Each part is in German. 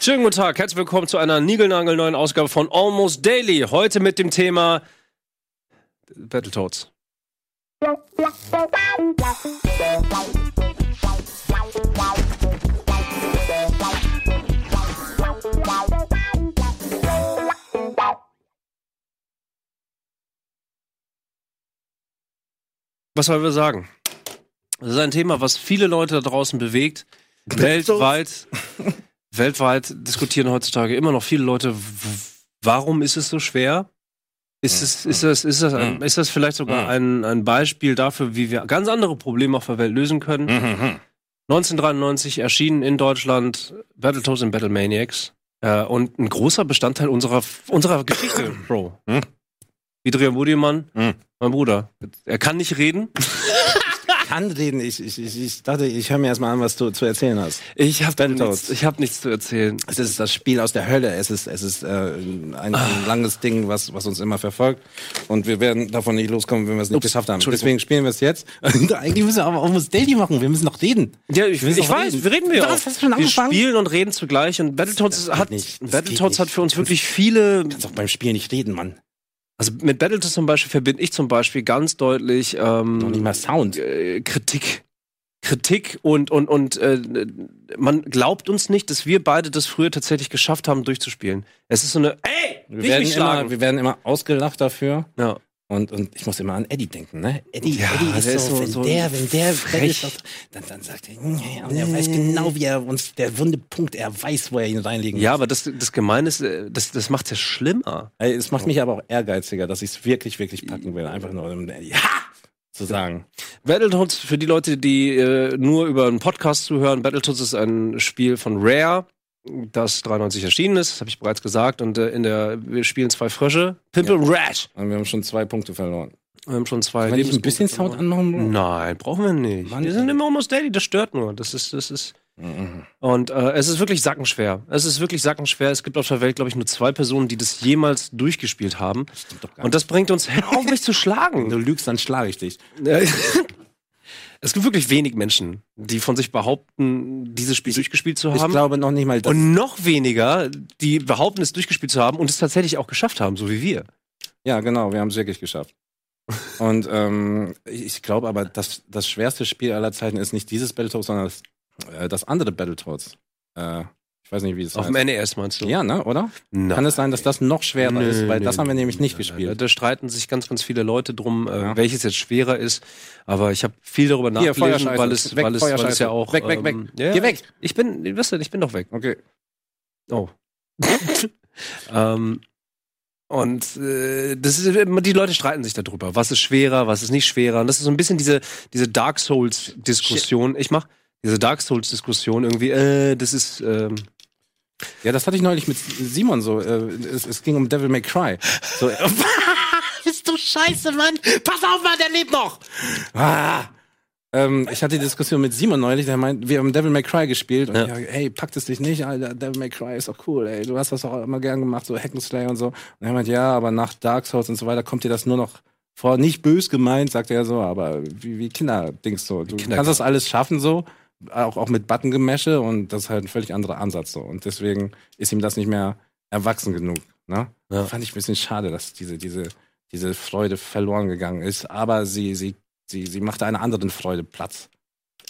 Schönen guten Tag, herzlich willkommen zu einer niegelnagel neuen Ausgabe von Almost Daily. Heute mit dem Thema Battletoads. Was sollen wir sagen? Das ist ein Thema, was viele Leute da draußen bewegt. Weltweit, weltweit diskutieren heutzutage immer noch viele Leute, w- warum ist es so schwer? Ist, es, ist, das, ist, das ein, ist das vielleicht sogar ein, ein Beispiel dafür, wie wir ganz andere Probleme auf der Welt lösen können? 1993 erschienen in Deutschland Battletoads und Battlemaniacs. Äh, und ein großer Bestandteil unserer, unserer Geschichte, Bro. Hm? Wie Adrian Budiman, Hm. mein Bruder. Er kann nicht reden. kann reden. Ich, ich, ich, ich dachte, ich höre mir erstmal an, was du zu erzählen hast. Ich habe Battletoads. nichts, ich hab nichts zu erzählen. Es ist das Spiel aus der Hölle. Es ist, es ist äh, ein, Ah. ein langes Ding, was, was uns immer verfolgt. Und wir werden davon nicht loskommen, wenn wir es nicht geschafft haben. Deswegen spielen wir es jetzt. Eigentlich müssen wir aber Almost Daily machen. Wir müssen noch reden. Ja, ich, will's ich noch weiß, reden. wir reden wir Was, auch. hast du schon wir angefangen? spielen und reden zugleich und Battletoads geht hat nicht. Das Battletoads geht hat für uns wirklich viele Du kannst auch beim Spiel nicht reden, Mann. also mit Battletoads zum Beispiel verbinde ich zum Beispiel ganz deutlich Noch nicht ähm, mal Sound. äh, Kritik Kritik und und und äh, man glaubt uns nicht, dass wir beide das früher tatsächlich geschafft haben durchzuspielen. Es ist so eine ey, Wir nicht werden, mich immer, schlagen. wir werden immer ausgelacht dafür. ja. Und, und ich muss immer an Eddie denken, ne? Eddie, Ja, Eddie ist, der ist so, so- wenn so der, wenn der frech. Battletoads- dann, dann sagt er, "Ja, und er weiß genau, wie er uns, der wunde Punkt, er weiß, wo er ihn reinlegen ja, aber das das Gemeine ist, äh, das das macht's ja schlimmer. Ey, Es macht mich aber auch ehrgeiziger, dass ich es wirklich, wirklich packen will. Einfach nur, um ja, zu sagen. Battletoads, für die Leute, die äh, nur über einen Podcast zuhören, Battletoads ist ein Spiel von Rare, das 93 erschienen ist, das habe ich bereits gesagt. Und äh, in der, wir spielen zwei Frösche. Pimple Rash. Und wir haben schon zwei Punkte verloren. Wir haben schon zwei. Wenn ich ein Lebenspunkte bisschen Sound verloren. anmachen Nein, brauchen wir nicht. Hm. Mann, wir sind ey. immer almost daily, das stört nur. Das ist, das ist. Mhm. Und äh, es ist wirklich sackenschwer. Es ist wirklich sackenschwer. Es gibt auf der Welt, glaube ich, nur zwei Personen, die das jemals durchgespielt haben. doch gar Und das bringt uns hör auf, mich zu schlagen. Wenn du lügst, dann schlage ich dich. Äh, es gibt wirklich wenig Menschen, die von sich behaupten, dieses Spiel durchgespielt zu Ich haben. glaube noch nicht mal, dass und noch weniger, die behaupten, es durchgespielt zu haben und es tatsächlich auch geschafft haben, so wie wir. Ja, genau, wir haben es wirklich geschafft. Und ähm, ich ich glaube aber, das, das schwerste Spiel aller Zeiten ist nicht dieses Battletoads, sondern das, äh, das andere Battletoads. Äh, ich weiß nicht, wie es Auf heißt. dem NES meinst du? ja, ne, oder? Nein. Kann es sein, dass das noch schwerer Nö, ist? Weil nö, das haben wir nö, nämlich nicht nein, nein, gespielt. Da streiten sich ganz, ganz viele Leute drum, äh, Ja. welches jetzt schwerer ist. Aber ich habe viel darüber Hier, nachgelesen, Feuerscheiße. weil es, Weg, weil, es, weil es Feuerscheiße. ja auch. Weg, weg, weg. Ähm, ja, Geh weg! Ich bin, ihr wisst ja, ich bin doch weg. Okay. Oh. ähm, und äh, das ist, immer- die Leute streiten sich darüber. Was ist schwerer, was ist nicht schwerer? Und das ist so ein bisschen diese, diese Dark Souls-Diskussion. Ich mach diese Dark Souls-Diskussion irgendwie, äh, das ist. Ähm, Ja, das hatte ich neulich mit Simon so. Äh, es, es ging um Devil May Cry. So, bist du scheiße, Mann? Pass auf, Mann, der lebt noch! Ah. Ähm, ich hatte die Diskussion mit Simon neulich, der meint, wir haben Devil May Cry gespielt und Ja. ja. hey, packt es dich nicht, Alter, Devil May Cry ist doch cool, ey, du hast das auch immer gern gemacht, so Hackenslay und so. Und er meint, ja, aber nach Dark Souls und so weiter kommt dir das nur noch vor, nicht bös gemeint, sagt er so, aber wie, wie Kinderdings so. Du Kindergarten. kannst das alles schaffen so, auch, auch mit Buttongemesche und das ist halt ein völlig anderer Ansatz so. Und deswegen ist ihm das nicht mehr erwachsen genug. Ne? Ja. Fand ich ein bisschen schade, dass diese, diese, diese Freude verloren gegangen ist. Aber sie, sie, sie, sie machte einer anderen Freude Platz.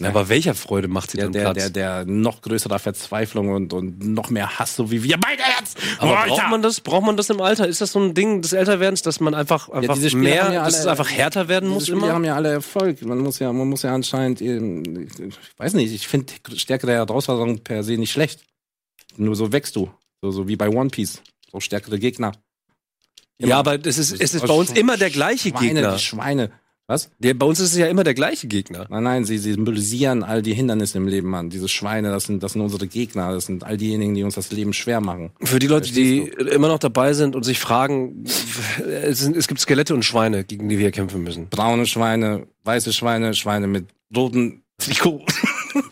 Ja. Aber welcher Freude macht sie Der, denn der, Platz? der, der noch größerer Verzweiflung und, und noch mehr Hass, so wie wir beide jetzt. aber Alter! braucht man das? Braucht man das im Alter? Ist das so ein Ding des Älterwerdens, dass man einfach, einfach diese Spiele mehr, haben ja dass alle- es einfach härter werden Diese muss Spiele immer? haben ja alle Erfolg. Man muss ja, man muss ja anscheinend, eben- ich weiß nicht, ich finde stärkere Herausforderungen per se nicht schlecht. Nur so wächst du. So, so wie bei One Piece. So stärkere Gegner. Ja, aber es ist, es ist bei uns immer der gleiche Schweine, Gegner. Die Schweine. Was? Der, bei uns ist es ja immer der gleiche Gegner. Nein, nein, sie, sie symbolisieren all die Hindernisse im Leben, Mann. Diese Schweine, das sind, das sind unsere Gegner. Das sind all diejenigen, die uns das Leben schwer machen. Für die Leute, die Verstehst immer noch dabei sind und sich fragen, es, sind, es gibt Skelette und Schweine, gegen die wir kämpfen müssen. Braune Schweine, weiße Schweine, Schweine mit roten Trikot.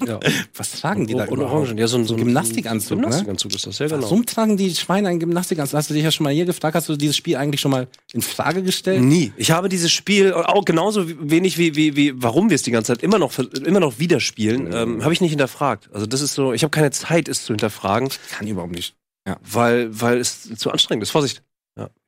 Ja. Was tragen die da und überhaupt? Orangen. Ja, so, ein- so ein Gymnastikanzug, ne? Gymnastikanzug ist das, ja genau. Warum tragen die Schweine einen Gymnastikanzug? Hast du dich ja schon mal hier gefragt, hast du dieses Spiel eigentlich schon mal in Frage gestellt? Nie. Ich habe dieses Spiel auch genauso wenig wie, wie, wie warum wir es die ganze Zeit immer noch immer noch wieder spielen, ähm, habe ich nicht hinterfragt. Also das ist so, ich habe keine Zeit, es zu hinterfragen, Kann überhaupt nicht. weil weil es zu anstrengend ist. Vorsicht.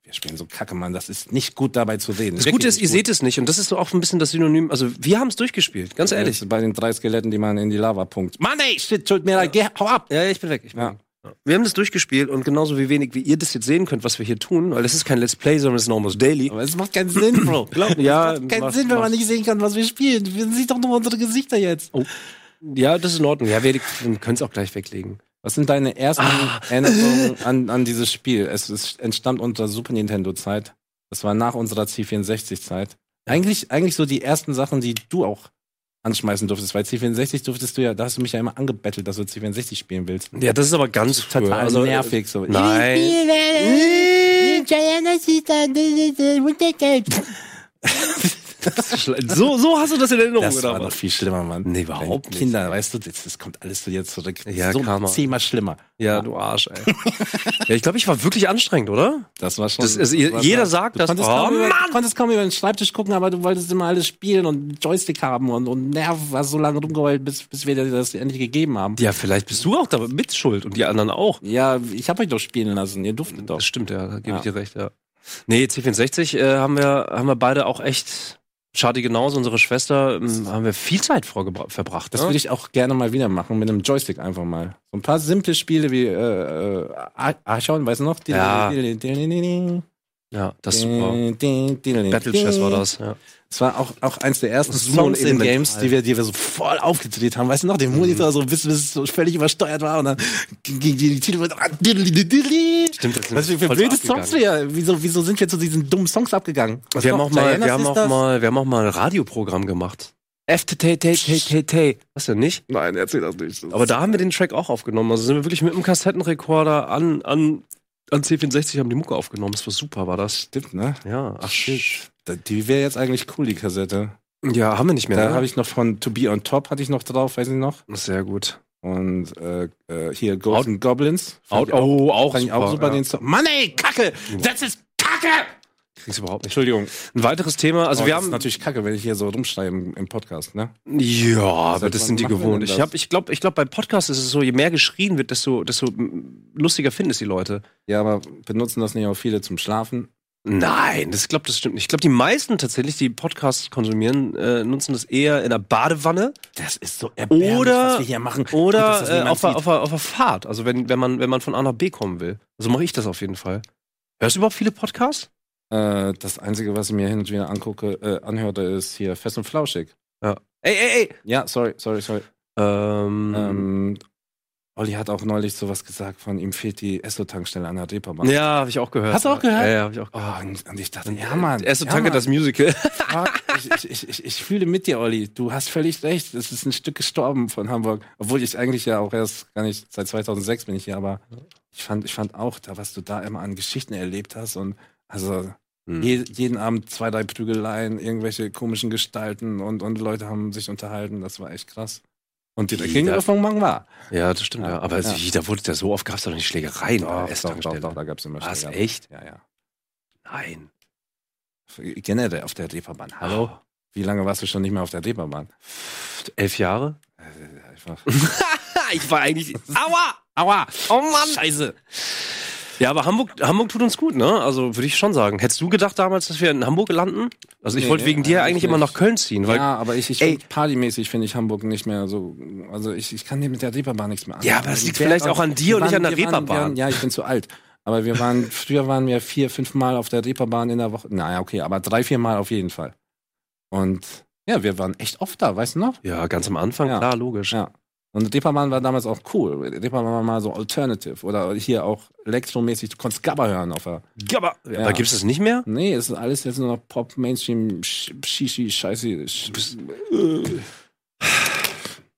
Wir spielen so Kacke, Mann. Das ist nicht gut dabei zu reden. Das Gute ist, ihr seht es nicht und das ist so auch ein bisschen das Synonym. Also wir haben es durchgespielt, ganz ehrlich. Bei den drei Skeletten, die man in die Lava punkt. Mann, ey, shit, tut mir leid, geh, hau ab. Ja, ich bin weg. Ich bin Ja. weg. Ja. Wir haben das durchgespielt und genauso wie wenig, wie ihr das jetzt sehen könnt, was wir hier tun, weil das ist kein Let's Play, sondern es ist ein Almost Daily. Aber es macht keinen Sinn, Bro. Glaub, ja, Macht keinen mach- Sinn, wenn mach- man nicht sehen kann, was wir spielen. Wir sehen doch nur unsere Gesichter jetzt. Ja, das ist in Ordnung. Ja, wir können es auch gleich weglegen. Was sind deine ersten Erinnerungen an, an dieses Spiel? Es, es entstammt unserer Super Nintendo-Zeit. Das war nach unserer C64-Zeit. Eigentlich, eigentlich so die ersten Sachen, die du auch anschmeißen durftest, weil C64 durftest du ja, da hast du mich ja immer angebettelt, dass du C64 spielen willst. Ja, das ist aber ganz früh. Total also, nervig so. Nein. So, so hast du das in Erinnerung, Das war oder noch was? viel schlimmer, Mann. Nee, überhaupt nicht. Kinder, weißt du, das, das kommt alles zu dir zurück. Ja, so Karma. zehnmal schlimmer. Ja, Ah, du Arsch, ey. ja, ich glaube, ich war wirklich anstrengend, oder? Das war schon. Das, also, ihr- jeder sagt Du das. Oh, konntest, kaum über, Mann! du konntest kaum über den Schreibtisch gucken, aber du wolltest immer alles spielen und Joystick haben und, und Nerv hast so lange rumgeheult, bis, bis wir dir das endlich gegeben haben. Ja, vielleicht bist du auch da mit schuld und die anderen auch. Ja, ich habe euch doch spielen lassen, ihr durftet doch. Das stimmt, ja, da gebe Ja. ich dir recht, ja. Nee, C64 äh, haben, wir, haben wir beide auch echt, schade genauso, unsere Schwester, ähm, haben wir viel Zeit vorgebra- verbracht. Das ne? würde ich auch gerne mal wieder machen, mit einem Joystick einfach mal. So ein paar simple Spiele wie äh, äh, Ar- Archon, weißt du noch? Ja. Das ja, das ist super. Battle Chess war das, ja. Es war auch, auch eins der ersten Zoom Songs in Elemental. Games, die wir, die wir so voll aufgedreht haben. Weißt du noch, den Monitor so bis, bis es so völlig übersteuert war und dann ging die Titel mit. ah, Stimmt, das sind Was wir wir für voll wilde abgegangen. Songs wir. Wieso, wieso sind wir zu diesen dummen Songs abgegangen? Was Wir haben, noch? auch mal, Diana's wir, haben ist auch das? mal, wir haben auch mal ein Radioprogramm gemacht. FTTTTTT. Was denn nicht? Nein, erzähl das nicht. Das Aber da haben wir den Track auch aufgenommen. Also sind wir wirklich mit einem Kassettenrekorder an, an, an C64 haben die Mucke aufgenommen. Das war super, war das. stimmt, ne? Ja, ach shit. Da- Die wäre jetzt eigentlich cool, die Kassette. Ja, haben wir nicht mehr. Da ne? habe ich noch von To Be on Top hatte ich noch drauf, weiß ich noch. Sehr gut. Und äh, äh, hier Ghosts Out- and Goblins. Out, Fand ich auch, oh, auch fand ich super. auch super ja. den Song. Mann ey, Kacke! Das ist Kacke! Kriegst du überhaupt nicht. Entschuldigung. Ein weiteres Thema, also Also wir das ist haben... natürlich kacke, wenn ich hier so rumschreibe im, im Podcast, ne? Ja, aber Seit das wann sind die machen wir gewohnt. denn Ich, das? hab- ich glaube, ich glaub, bei Podcasts ist es so, je mehr geschrien wird, desto, desto mm, lustiger finden es die Leute. Ja, aber benutzen das nicht auch viele zum Schlafen? Nein, das glaube das stimmt nicht. Ich glaube, die meisten tatsächlich, die Podcasts konsumieren, äh, nutzen das eher in der Badewanne Das ist so Oder- was wir hier machen. Gut, dass das oder äh, niemand auf, der- sieht. auf, der- auf der Fahrt. Also wenn, wenn man wenn man von A nach B kommen will. So mache ich das auf jeden Fall. Hörst du überhaupt viele Podcasts? Äh, das Einzige, was ich mir hin und wieder angucke, äh, anhörte, ist hier Fest und Flauschig. Ey, ey, ey. Ja, sorry, sorry, sorry. Ähm, Ähm, Olli hat auch neulich sowas gesagt, von ihm fehlt die Esso-Tankstelle an der Reeperbahn. ja, habe ich auch gehört. Hast du auch gehört? Ja, ja, habe ich auch gehört. Oh, und, und ich dachte, ja, Mann. Erst ja, Tanke Mann. äh, das Musical. Fuck, Ah, ich, ich, ich, ich fühle mit dir, Olli. Du hast völlig recht. Es ist ein Stück gestorben von Hamburg. Obwohl ich eigentlich ja auch erst gar nicht, seit 2006 bin ich hier, aber ich fand, ich fand auch, da, was du da immer an Geschichten erlebt hast und also Hm. je, jeden Abend zwei, drei Prügeleien, irgendwelche komischen Gestalten und, und Leute haben sich unterhalten. Das war echt krass. Und die Jeder- King von Mang war. Ja, das stimmt, ja. Aber Ja. also, da wurde da so oft, gab es doch nicht Schlägereien an Ah, der Esstankstelle. da gab's immer Was, Schlägerei. echt? Ja, ja. Nein. Generell auf der Reeperbahn. Hallo? Wie lange warst du schon nicht mehr auf der Reeperbahn? Elf Jahre? Äh, Einfach. ich war eigentlich. Aua! Aua! Oh Mann! Scheiße! Ja, aber Hamburg, Hamburg tut uns gut, ne? Also würde ich schon sagen. Hättest du gedacht damals, dass wir in Hamburg landen? Also ich Nee, wollte wegen dir eigentlich eigentlich immer nicht. nach Köln ziehen, weil. Ja, ja, aber ich, ich Ey. find, partymäßig finde ich Hamburg nicht mehr so. Also ich, ich kann dir mit der Reeperbahn nichts mehr an. Ja, aber das liegt vielleicht auch an dir und nicht an der Waren, wir Reeperbahn. waren, ja, ich bin zu alt. Aber wir waren, früher waren wir vier, fünf Mal auf der Reeperbahn in der Woche. Naja, okay, aber drei, vier Mal auf jeden Fall. Und ja, wir waren echt oft da, weißt du noch? ganz am Anfang, Ja. klar, logisch. Ja. Und Reeperbahn war damals auch cool. Reeperbahn war mal so Alternative. Oder hier auch elektromäßig. Du konntest Gabba hören auf der. Aber ja. Ja. da gibt es nicht mehr? Nee, es ist alles jetzt nur noch Pop, Mainstream, Sch- Shishi, Scheiße. Sch-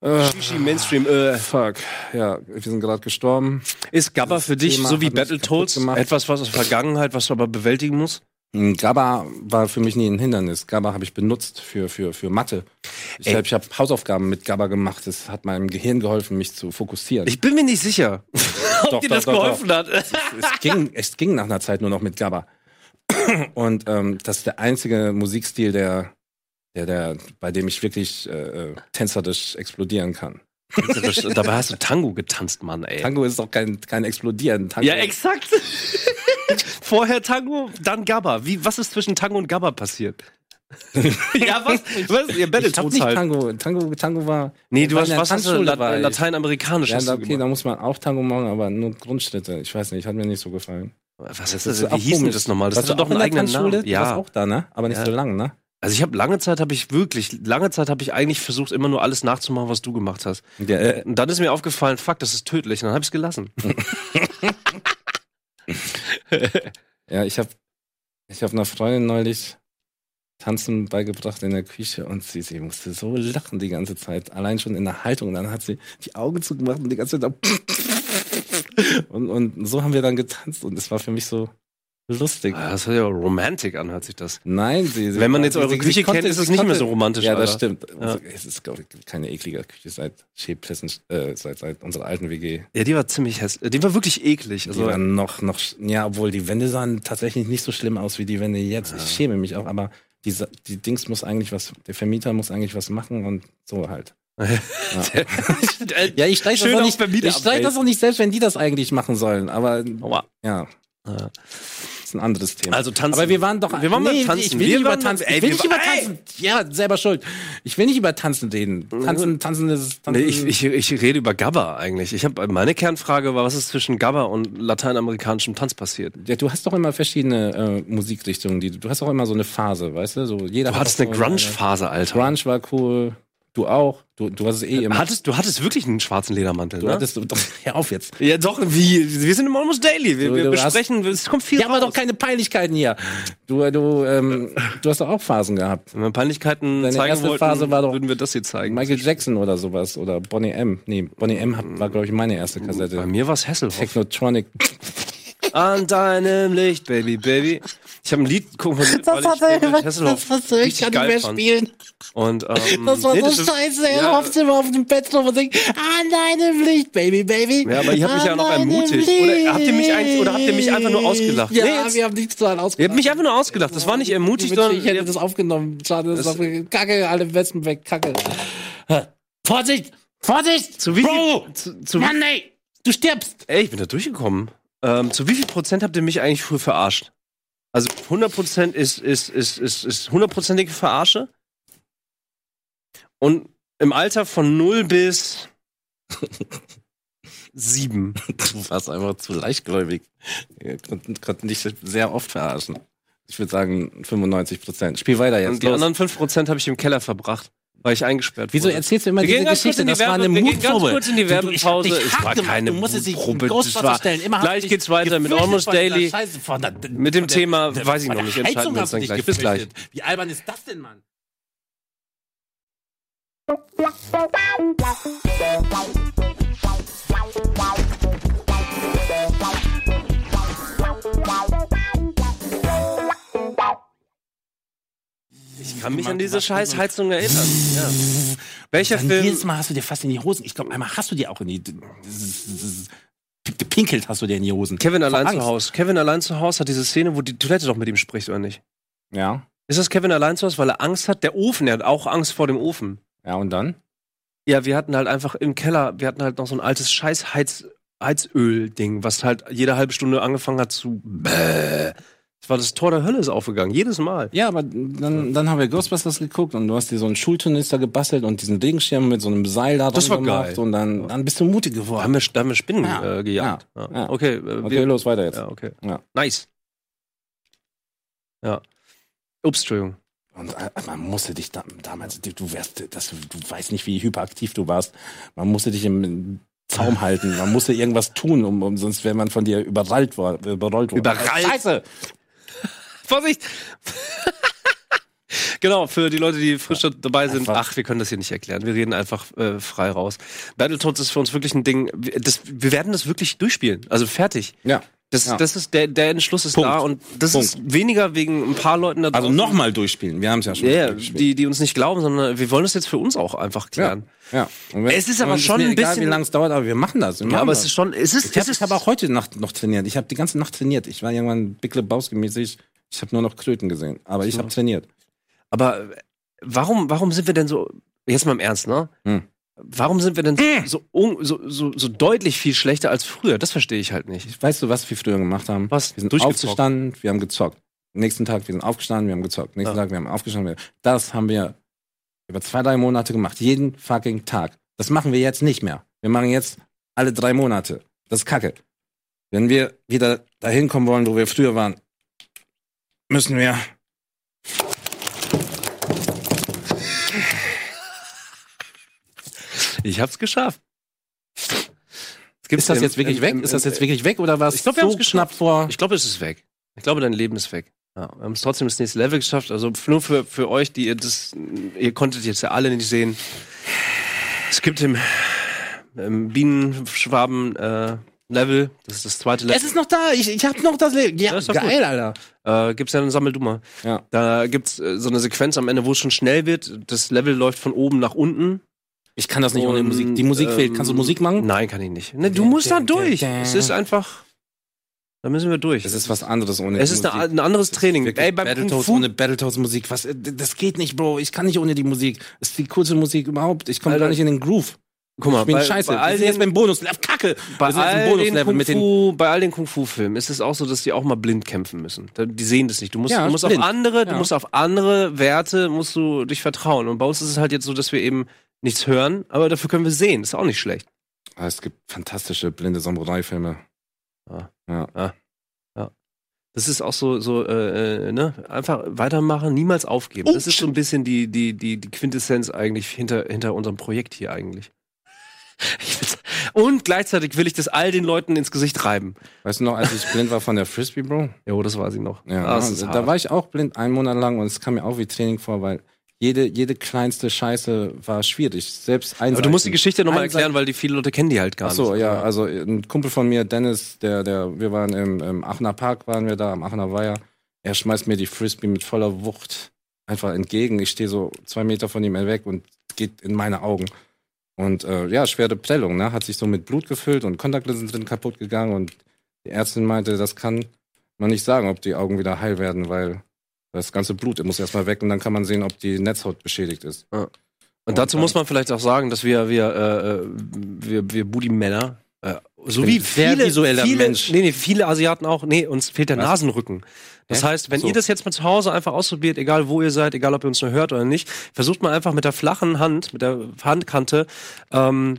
Äh. Shishi Mainstream, äh, Fuck, ja, wir sind gerade gestorben. ist Gabba Das für dich, Thema so wie hat mich Battletoads, kaputt gemacht. etwas, was aus der Vergangenheit, was du aber bewältigen musst? Mm, GABA war für mich nie ein Hindernis. GABA habe ich benutzt für, für, für Mathe. Ich Ey. habe hab Hausaufgaben mit GABA gemacht. Das hat meinem Gehirn geholfen, mich zu fokussieren. Ich bin mir nicht sicher, ob Doch, dir doch, das doch, geholfen hat. es, ging, es ging nach einer Zeit nur noch mit GABA. Und ähm, das ist der einzige Musikstil, der, der, der, bei dem ich wirklich äh, äh, tänzerisch explodieren kann. Dabei hast du Tango getanzt, Mann, ey. Tango ist doch kein, kein Explodieren. Tango ja, exakt. Vorher Tango, dann Gabba. Wie, was ist zwischen Tango und Gabba passiert? ja, was? was? Ihr Ich hab Battletoads nicht halt. Tango, Tango, Tango war. Nee, du war hast in der was hast du, Tanzschule Lat war ich. Lateinamerikanisch Ja, hast da- du okay, da gemacht. muss man auch Tango machen, aber nur Grundschritte. Ich weiß nicht, hat mir nicht so gefallen. Was ist das? ist Wie auch hieß denn komisch. das nochmal? Das Warst du hatte doch auch in einen der eigenen Tanzschule? Namen. Du warst Ja. auch da, ne? Aber nicht Ja. so lang, ne? Also ich habe lange Zeit habe ich wirklich lange Zeit habe ich eigentlich versucht immer nur alles nachzumachen, was du gemacht hast. Ja, äh, Und dann ist mir aufgefallen, fuck, das ist tödlich. Und dann habe ich es gelassen. Ja, ich hab, ich hab einer Freundin neulich Tanzen beigebracht in der Küche und sie, sie musste so lachen die ganze Zeit. Allein schon in der Haltung. Dann hat sie die Augen zugemacht und die ganze Zeit. da- Und, und so haben wir dann getanzt und es war für mich so lustig. Ah, Das hört ja romantik an, hört sich das. Nein, sie, sie Wenn man jetzt sie- eure sie- sie Küche konnte- kennt, ist es sie nicht mehr konnte- so romantisch. Ja, Alter. das stimmt. Ja. Und Es ist, glaube ich, keine eklige Küche seit Schäbplessen, äh, seit, seit unserer alten WG. Ja, die war ziemlich hässlich. Die war wirklich eklig. die Also, waren noch, noch, sch- ja, obwohl die Wände sahen tatsächlich nicht so schlimm aus wie die Wände jetzt. Ich schäme mich auch, aber die, Sa- die Dings muss eigentlich was, der Vermieter muss eigentlich was machen und so halt. Ja, ich streite Schön das, auch auf nicht, Vermieter ich streite das auch nicht selbst, wenn die das eigentlich machen sollen, aber Aua. ja, Ja. ist ein anderes Thema. Äh. Also tanzen. aber wir waren doch, Wir waren beim Tanzen. ich Wir will nicht über waren- Tanzen, ey, ich will wir nicht über war- ey! Tanzen, ja, selber schuld. Ich will nicht über Tanzen reden. Tanzen, Tanzen ist, Tanzen Mhm. Nee, ich, ich, Hm. ich rede über GABA eigentlich. Ich hab, meine Kernfrage war, was ist zwischen GABA und lateinamerikanischem Tanz passiert? ja, du hast doch immer verschiedene äh, Musikrichtungen, die, du- du hast auch immer so eine Phase, weißt du? So, jeder Du hat hattest doch eine so Grunge-Phase, Alter. Grunge war cool. Du auch. Du, du hast es eh immer. Äh, Hattest, du hattest wirklich einen schwarzen Ledermantel, du ne? hattest doch, hör auf jetzt. ja, doch, wie, wir sind im Almost Daily. Wir, Du- wir du hast- besprechen, es kommt viel Ja, aber raus. doch keine Peinlichkeiten hier. Du, du, ähm, du hast doch auch Phasen gehabt. Wenn wir Peinlichkeiten Deine zeigen erste wollten, Phase war doch- würden wir das hier zeigen. Michael Jackson oder sowas oder Bonnie M. Nee, Bonnie M hat, war, glaube ich, meine erste Bei Kassette. mir war es Hasselhoff. Technotronic. An deinem Licht, Baby, Baby. Ich habe ein Lied komponiert, weil ich David Hasselhoff richtig geil fand. spielen. Und, ähm, Das war nee, so ist- scheiße. ja. Er hofft immer auf dem Bett drauf und singt, an deinem Licht, Baby, Baby. Ah, Ja, aber ihr habt mich An ja noch deinem ermutigt. Oder habt ihr mich ein- oder habt ihr mich einfach nur ausgelacht? Ja, Nee, jetzt- wir haben dich total Ihr ausgelacht. habt mich einfach nur ausgelacht. Das war nicht ermutigt, Ich wünschte, ich hätte sondern. das aufgenommen. Schade, das ist Das- auf, Kacke, alle Wespen weg, Kacke. Vorsicht! Vorsicht! Zu wie Bro! viel, zu, zu, Mann, ey! Du stirbst! ey, ich bin da durchgekommen. Ähm, zu wie viel Prozent habt ihr mich eigentlich früher verarscht? Also 100 Prozent ist, ist, ist, ist, ist hundertprozentige Verarsche. Und im Alter von 0 bis 7. Du warst einfach zu leichtgläubig. Wir konnten, konnten dich sehr oft verarschen. Ich würde sagen 95 Prozent. Spiel weiter Und jetzt. die Los. anderen 5 Prozent habe ich im Keller verbracht, weil ich eingesperrt Wieso wurde. erzählst du immer Wir diese gehen ganz kurz Geschichte? in die Das war Werbe- eine wir gehen ganz Mutprobe. kurz in die Du- ich hab Werbepause. dich Es hart war gemacht. keine Du musstest dich Mutprobe, groß das war- vorstellen. Immer hast Gleich du dich geht's weiter mit gefürchtet Almost vor dieser Daily. Scheiße, vor der- Mit dem vor der- Thema der- weiß ich vor noch der nicht. Entscheiden Heizung wir uns hast du dann dich gleich. Bis gleich. gefürchtet. Wie albern ist das denn, Mann? Ich kann mich an diese scheiß Heizung erinnern. Ja. Welcher Dann Film? jedes Mal hast du dir fast in die Hosen. Ich glaube, einmal hast du dir auch in die. Gepinkelt hast du dir in die Hosen. Kevin Vor allein zu Angst. Hause. Kevin allein zu Hause hat diese Szene, wo die Toilette doch mit ihm spricht, oder nicht? Ja, Ist das Kevin allein zu Hause, weil er Angst hat? Der Ofen, er hat auch Angst vor dem Ofen. ja, und dann? Ja, wir hatten halt einfach im Keller, wir hatten halt noch so ein altes scheiß Heiz Heizöl-Ding, was halt jede halbe Stunde angefangen hat zu. Bäh. Das war das Tor der Hölle ist aufgegangen, jedes Mal. Ja, aber dann, dann haben wir Ghostbusters geguckt und du hast dir so einen Schulturnister gebastelt und diesen Regenschirm mit so einem Seil da dran Das war gemacht geil. und dann, dann bist du mutig Da haben geworden. wir, da haben wir Spinnen Ja, äh, gejagt. ja, Ja. ja. Okay, äh, Okay, wir, los, weiter jetzt. ja, okay. Ja. Nice. Ja. Ups, Entschuldigung. Und äh, man musste dich da, damals, du, du wärst, das, du weißt nicht, wie hyperaktiv du warst. Man musste dich im Zaum halten, man musste irgendwas tun, um, um, sonst wäre man von dir überrollt worden. Überrollt worden. Überrallt? Scheiße! Vorsicht! genau, für die Leute, die frisch dabei sind, Einfach. ach, wir können das hier nicht erklären. Wir reden einfach äh, frei raus. Battletoads ist für uns wirklich ein Ding. wir- Das, wir werden das wirklich durchspielen. Also fertig. Ja. Das, Ja. das ist der, der Entschluss ist Punkt. da und das ist weniger wegen ein paar Leuten da Also draußen. nochmal durchspielen. Wir haben es ja schon Ja, ja, durchgespielt. die, die uns nicht glauben, sondern wir wollen das jetzt für uns auch einfach klären. Ja. Und wenn- Es ist aber und schon mir ein egal, bisschen- wie lange es dauert, aber wir machen das. Wir Ja, machen aber das. es ist schon, es ist, Ich habe es ist hab auch heute Nacht noch trainiert. Ich habe die ganze Nacht trainiert. Ich war irgendwann Big Lebowski-mäßig. Ich habe nur noch Klöten gesehen. Aber ich habe trainiert. aber äh, warum, warum sind wir denn so, jetzt mal im Ernst, ne? Hm. Warum sind wir denn so, un, so, so, so deutlich viel schlechter als früher? Das verstehe ich halt nicht. Weißt du, was wir früher gemacht haben? Was? Wir sind Durchgezockt. aufgestanden, wir haben gezockt. Nächsten Tag, wir sind aufgestanden, wir haben gezockt. Nächsten Ja. Tag, wir haben aufgestanden. Wir das haben wir über zwei, drei Monate gemacht. Jeden fucking Tag. Das machen wir jetzt nicht mehr. Wir machen jetzt alle drei Monate. Das ist kacke. Wenn wir wieder dahin kommen wollen, wo wir früher waren, müssen wir. Ich hab's geschafft. Es gibt's Ist das im- jetzt wirklich im- weg? im- Ist das im- jetzt wirklich weg oder war es Ich glaub, wir so haben's geschafft. knapp vor? Ich glaube, es ist weg. Ich glaube, dein Leben ist weg. Ja, wir haben es trotzdem ins nächste Level geschafft. Also nur für, für euch, die ihr das, ihr konntet jetzt ja alle nicht sehen. Es gibt im, im Bienenschwaben-Level, das ist das zweite Level, ist noch da. Ich, ich hab noch das Leben. Ja, Das ist doch geil, Alter. äh, gibt's ja einen Sammeldummer. Ja. Da gibt's äh, so eine Sequenz am Ende, wo es schon schnell wird. Das Level läuft von oben nach unten. Ich kann das nicht ohne Und, Musik. Die Musik ähm, fehlt. Kannst du Musik machen? Nein, kann ich nicht. Ne, du musst da durch. Es ist einfach, da müssen wir durch. Es ist was anderes ohne Es ist Musik. eine, ein anderes Training. Wirklich, Ey, beim Kung Battletoads Fu ohne Battletoads Musik, was äh, d- das geht nicht, Bro. Ich kann nicht ohne die Musik. Das ist die coolste Musik überhaupt. Ich komme Alter. gar nicht in den Groove. Guck mal, ich bin bei- scheiße. bei all wir sind jetzt den- beim Bonus. Kacke. Bei wir sind jetzt im all, den Bonuslevel Kung mit den Fu, bei all den Kung Fu Filmen ist es auch so, dass die auch mal blind kämpfen müssen. Da- Die sehen das nicht. Du musst, Ja, du musst blind. auf andere, du Ja. musst auf andere Werte musst du dich vertrauen. Und bei uns ist es halt jetzt so, dass wir eben nichts hören, aber dafür können wir sehen. Ist auch nicht schlecht. Ah, es gibt fantastische blinde Samurai-Filme. Ah. Ja. Das ist auch so, so äh, äh, ne, einfach weitermachen, niemals aufgeben. Oh, das ist so ein bisschen die, die, die, die Quintessenz eigentlich hinter, hinter unserem Projekt hier eigentlich. Ich will's- Und gleichzeitig will ich das all den Leuten ins Gesicht reiben. Weißt du noch, als ich blind war von der Frisbee, Bro? Jo, das war sie noch. Ja, Ah, es ist da hart. war ich auch blind einen Monat lang und es kam mir auch wie Training vor, weil jede, jede kleinste Scheiße war schwierig. Selbst ein Aber du musst die Geschichte nochmal Einseitig. erklären, weil die viele Leute kennen die halt gar Ach so, nicht. ja, also ein Kumpel von mir, Dennis, der, der, wir waren im, im Aachener Park, waren wir da, am Aachener Weiher. Er schmeißt mir die Frisbee mit voller Wucht einfach entgegen. Ich stehe so zwei Meter von ihm weg und geht in meine Augen. Und äh, ja, schwere Prellung, ne? Hat sich so mit Blut gefüllt und Kontaktlinsen sind kaputt gegangen und die Ärztin meinte, das kann man nicht sagen, ob die Augen wieder heil werden, weil das ganze Blut muss erstmal weg und dann kann man sehen, ob die Netzhaut beschädigt ist. Und dazu Und dann- muss man vielleicht auch sagen, dass wir, wir, äh, äh, wir, wir Booty-Männer, äh, so wie bin sehr viele, visueller viele, Mensch. Nee, nee, viele Asiaten auch, nee, uns fehlt der Was? Nasenrücken. Das Hä? heißt, wenn So. ihr das jetzt mal zu Hause einfach ausprobiert, egal wo ihr seid, egal ob ihr uns nur hört oder nicht, versucht mal einfach mit der flachen Hand, mit der Handkante, ähm,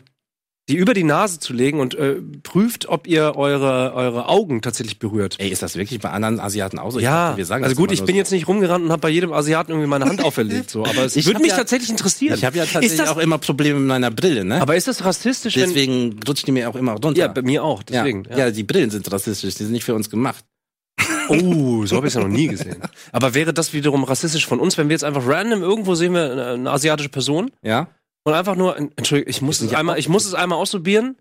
die über die Nase zu legen und äh, prüft, ob ihr eure, eure Augen tatsächlich berührt. Ey, ist das wirklich bei anderen Asiaten auch so? Ich Ja, dachte, wir sagen also das gut, immer ich nur bin so. jetzt nicht rumgerannt und habe bei jedem Asiaten irgendwie meine Hand auferlegt, so, aber es Ich würde hab mich ja- tatsächlich interessieren. Ich habe ja tatsächlich ist das, auch immer Probleme mit meiner Brille, ne? aber ist das rassistisch, wenn, deswegen rutscht die mir auch immer runter. ja, bei mir auch, ja. deswegen. Ja. die Brillen sind rassistisch, die sind nicht für uns gemacht. Oh, so habe ich es ja noch nie gesehen. Aber wäre das wiederum rassistisch von uns, wenn wir jetzt einfach random irgendwo sehen wir eine, eine asiatische Person Ja? und einfach nur, Entschuldigung, ich muss Ist es nicht einmal, ich muss es einmal ausprobieren.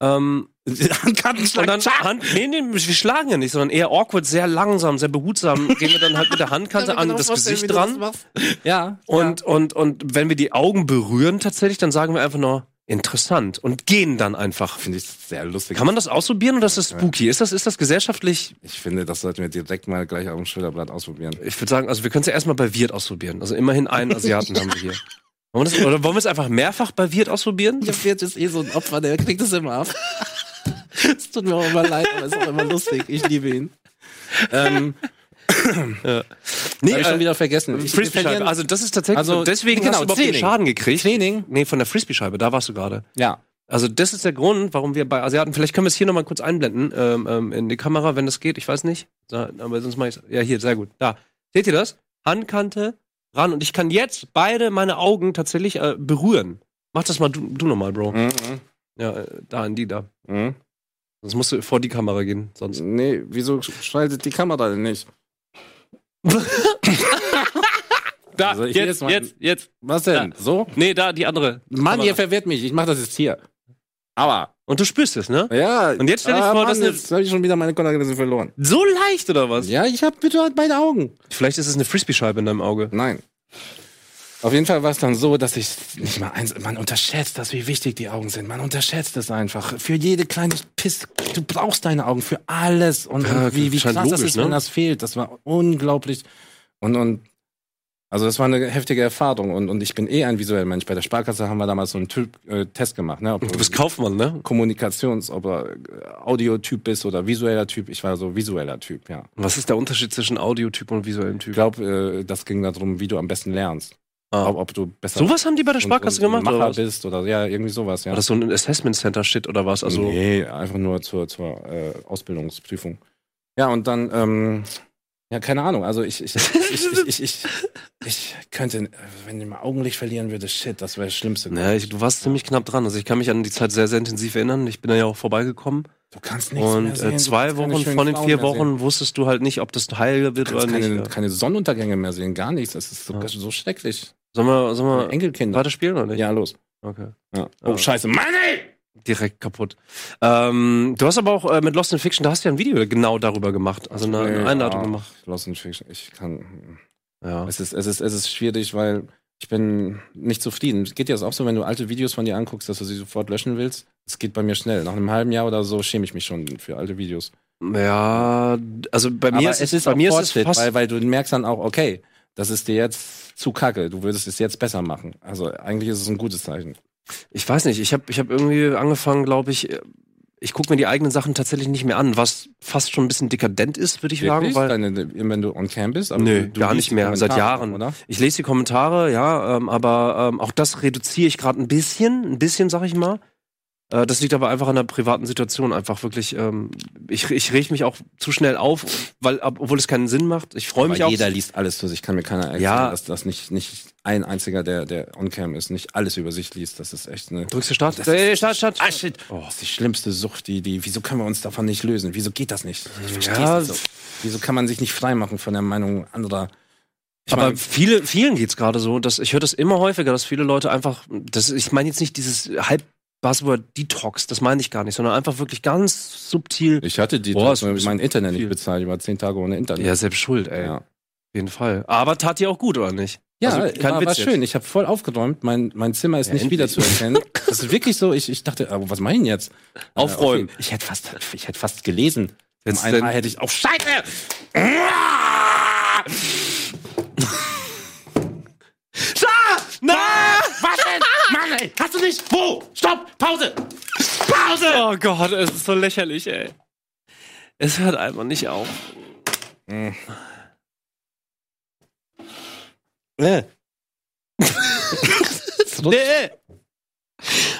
Ähm, und Handkartenschlag. dann zack. Hand, nee, nee, wir schlagen ja nicht, sondern eher awkward, sehr langsam, sehr behutsam gehen wir dann halt mit der Handkante an das Gesicht dran. Ja. Und, und, und wenn wir die Augen berühren tatsächlich, dann sagen wir einfach nur interessant und gehen dann einfach. Finde ich sehr lustig. Kann man das ausprobieren oder ist das spooky? Ist das, ist das gesellschaftlich? ich finde, das sollten wir direkt mal gleich auf dem Schulterblatt ausprobieren. Ich würde sagen, also wir können es ja erstmal bei Wirt ausprobieren. Also immerhin einen Asiaten haben wir hier. Wollen wir das, oder wollen wir es einfach mehrfach bei Wirt ausprobieren? Der Pferd ist eh so ein Opfer, der kriegt es immer ab. Es tut mir auch immer leid, aber es ist auch immer lustig. Ich liebe ihn. Ähm, Nee, hab ich schon wieder vergessen. Ich- wir verlieren- äh, Frisbee-Scheibe. Also das ist tatsächlich, Also, so, deswegen genau, hast du überhaupt Training. den Schaden gekriegt. Training? Nee, von der Frisbee-Scheibe, da warst du gerade. Ja. Also das ist der Grund, warum wir bei Asiaten, vielleicht können wir es hier nochmal kurz einblenden, ähm, ähm, in die Kamera, wenn das geht, ich weiß nicht. Da, aber sonst mache ich Ja, hier, sehr gut. Da. Seht ihr das? Handkante ran. Und ich kann jetzt beide meine Augen tatsächlich äh, berühren. Mach das mal du, du nochmal, Bro. Mhm. Ja, äh, da in die, da. Mhm. Sonst musst du vor die Kamera gehen, sonst. Nee, wieso schaltet die Kamera denn nicht? Da, Also ich will jetzt jetzt, mal- jetzt, jetzt. Was denn? So? Nee, da, die andere. Mann, Kamera. ihr verwirrt mich. Ich mach das jetzt hier. Aber. Und du spürst es, ne? Ja. Und jetzt stell dich ah, vor, Mann, dass eine- Jetzt habe ich schon wieder meine Kontaktlinsen verloren. So leicht oder was? Ja, ich habe bitte halt beide Augen. Vielleicht ist es eine Frisbee-Scheibe in deinem Auge. Nein. Auf jeden Fall war es dann so, dass ich nicht mal eins. Man unterschätzt das, wie wichtig die Augen sind. Man unterschätzt es einfach. Für jede kleine Piss. Du brauchst deine Augen für alles. Und Ja, wie, wie krass scheint das logisch, ist, ne? wenn das fehlt. Das war unglaublich. Und, und also das war eine heftige Erfahrung. Und, und ich bin eh ein visueller Mensch. Bei der Sparkasse haben wir damals so einen Typ, äh, Test gemacht. Ne? Ob Du bist Kaufmann, ne? Kommunikations-, ob er äh, Audiotyp bist oder visueller Typ. Ich war so visueller Typ, ja. Was ist der Unterschied zwischen Audiotyp und visuellem Ich Typ? glaube, äh, das ging darum, wie du am besten lernst. Ah. Ob, ob du besser Sowas haben die bei der und- Sparkasse und ein gemacht, oder Macher was? bist oder ja, irgendwie sowas, ja. War das so ein Assessment Center Shit oder was? Also, nee, einfach nur zur, zur äh, Ausbildungsprüfung. Ja, und dann, ähm, ja, keine Ahnung. Also ich, ich, ich, ich, ich, ich, ich könnte, äh, wenn ich mal Augenlicht verlieren würde, shit, das wäre das Schlimmste. naja, ne, ich, du warst ziemlich knapp dran. Also ich kann mich an die Zeit sehr, sehr intensiv erinnern. Ich bin da ja auch vorbeigekommen. Du kannst nichts mehr Und sehen, äh, du zwei kannst keine Wochen schönen von den Frauen vier mehr sehen. Wochen wusstest du halt nicht, ob das heil wird Du oder kannst nicht. keine, Ja. keine Sonnenuntergänge mehr sehen, gar nichts. Das ist so, Ja. so schrecklich. Sollen wir, Meine sollen wir Enkelkinder. weiter spielen oder nicht? Ja, los. Okay. Ja. Ja. Oh, scheiße. Mann, ey! Direkt kaputt. Ähm, du hast aber auch äh, mit Lost in Fiction, da hast du ja ein Video genau darüber gemacht. Also eine, eine Nee, Einladung ah, gemacht. Lost in Fiction. Ich kann. Ja. Es ist, es ist, es ist schwierig, weil ich bin nicht zufrieden. Geht dir das auch so, wenn du alte Videos von dir anguckst, dass du sie sofort löschen willst? Es geht bei mir schnell. Nach einem halben Jahr oder so schäme ich mich schon für alte Videos. Ja, also bei mir ist es, bei mir ist es fast weil, weil du merkst dann auch, okay, das ist dir jetzt zu kacke. Du würdest es jetzt besser machen. Also eigentlich ist es ein gutes Zeichen. Ich weiß nicht, ich habe ich hab irgendwie angefangen, glaube ich, äh, ich gucke mir die eigenen Sachen tatsächlich nicht mehr an, was fast schon ein bisschen dekadent ist, würde ich sagen, weil Deine, wenn du on cam bist, Nö, du- Äh, du gar liest nicht die mehr, seit Kommentare, Jahren. oder? ich lese die Kommentare, ja, ähm, aber ähm, auch das reduziere ich gerade ein bisschen, ein bisschen, sag ich mal. Äh, das liegt aber einfach an der privaten Situation, einfach wirklich, ähm, ich, ich reg mich auch zu schnell auf, weil, ob- obwohl es keinen Sinn macht. Ich freue mich Weil auch. jeder liest alles für sich, kann mir keiner erklären, Ja. dass das nicht, nicht ein einziger, der, der on-cam ist, nicht alles über sich liest. Das ist echt eine. Drückst du Start? Das Äh, Start, Start. Ah, shit. Oh, das ist die schlimmste Sucht, die, die, wieso können wir uns davon nicht lösen? Wieso geht das nicht? Ich versteh's Ja. nicht so. Wieso kann man sich nicht freimachen von der Meinung anderer? Ich Aber mein, viele, vielen geht's gerade so. Dass, ich höre das immer häufiger, dass viele Leute einfach, das, ich meine jetzt nicht dieses halb Buzzword Detox, das meine ich gar nicht, sondern einfach wirklich ganz subtil. ich hatte die, Boah, ist ein mein bisschen Internet viel. nicht bezahlt, über zehn Tage ohne Internet. selbst schuld, ja. Auf jeden Fall. Aber tat dir auch gut, oder nicht? Ja, Also, kein war, war Witz schön. Ich habe voll aufgeräumt. Mein, mein Zimmer ist Ja, nicht endlich. wiederzuerkennen. das ist wirklich so. Ich, ich dachte, aber was meinen jetzt? Aufräumen. Äh, okay. Ich hätte fast, ich hätte fast gelesen. Jetzt um ein denn- Haar hätte ich auch Scheiße. Ah, nein! Was denn? Mann, ey, hast du nicht? Wo? Stopp! Pause! Pause! Oh Gott, es ist so lächerlich, ey. Es hört einfach nicht auf. Äh. Nee.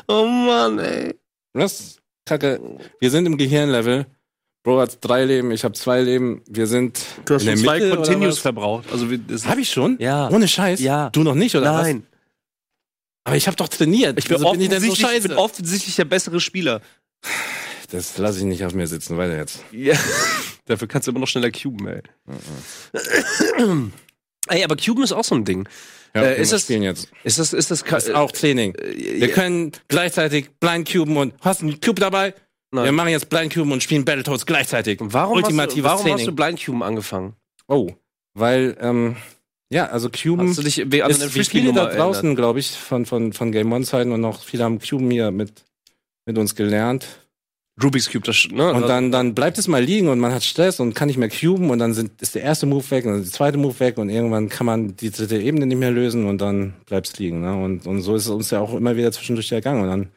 Oh Mann, ey. Was? Kacke. Wir sind im Gehirnlevel. Bro hat drei Leben, ich habe zwei Leben. Wir sind Du hast schon zwei oder Continues was? verbraucht. Also, wie- das- Also Hab ich schon? Ja. Ohne Scheiß? Ja. Du noch nicht, oder was? nein. Aber ich habe doch trainiert. Ich bin, Wieso ich denn so offensichtlich, ich scheiße? bin offensichtlich der bessere Spieler. Das lasse ich nicht auf mir sitzen. Weiter jetzt. Ja. Dafür kannst du immer noch schneller cuben, ey. ey, aber cuben ist auch so ein Ding. Ja, Äh, okay, ist das- wir äh, spielen jetzt. Ist das, ist das, Das ist auch Training. Wir können gleichzeitig blind cuben und hast einen Cube dabei. Nein. Wir machen jetzt blind cuben und spielen Battletoads gleichzeitig. warum hast du, Ultimatives warum hast Training. du Blind Cuben angefangen? Oh, weil ähm, ja, also cuben. Hast du dich we- an ist, deine wie viele da Frisbee-Nummer erinnert? draußen, glaube ich, von, von, von Game One-Zeiten und noch viele haben Cube hier mit, mit uns gelernt. Rubik's Cube, das, ne? Und dann, dann bleibt es mal liegen und man hat Stress und kann nicht mehr cuben und dann sind, ist der erste Move weg und dann ist der zweite Move weg und irgendwann kann man die dritte Ebene nicht mehr lösen und dann bleibt es liegen. Ne? Und, und so ist es uns ja auch immer wieder zwischendurch ergangen und dann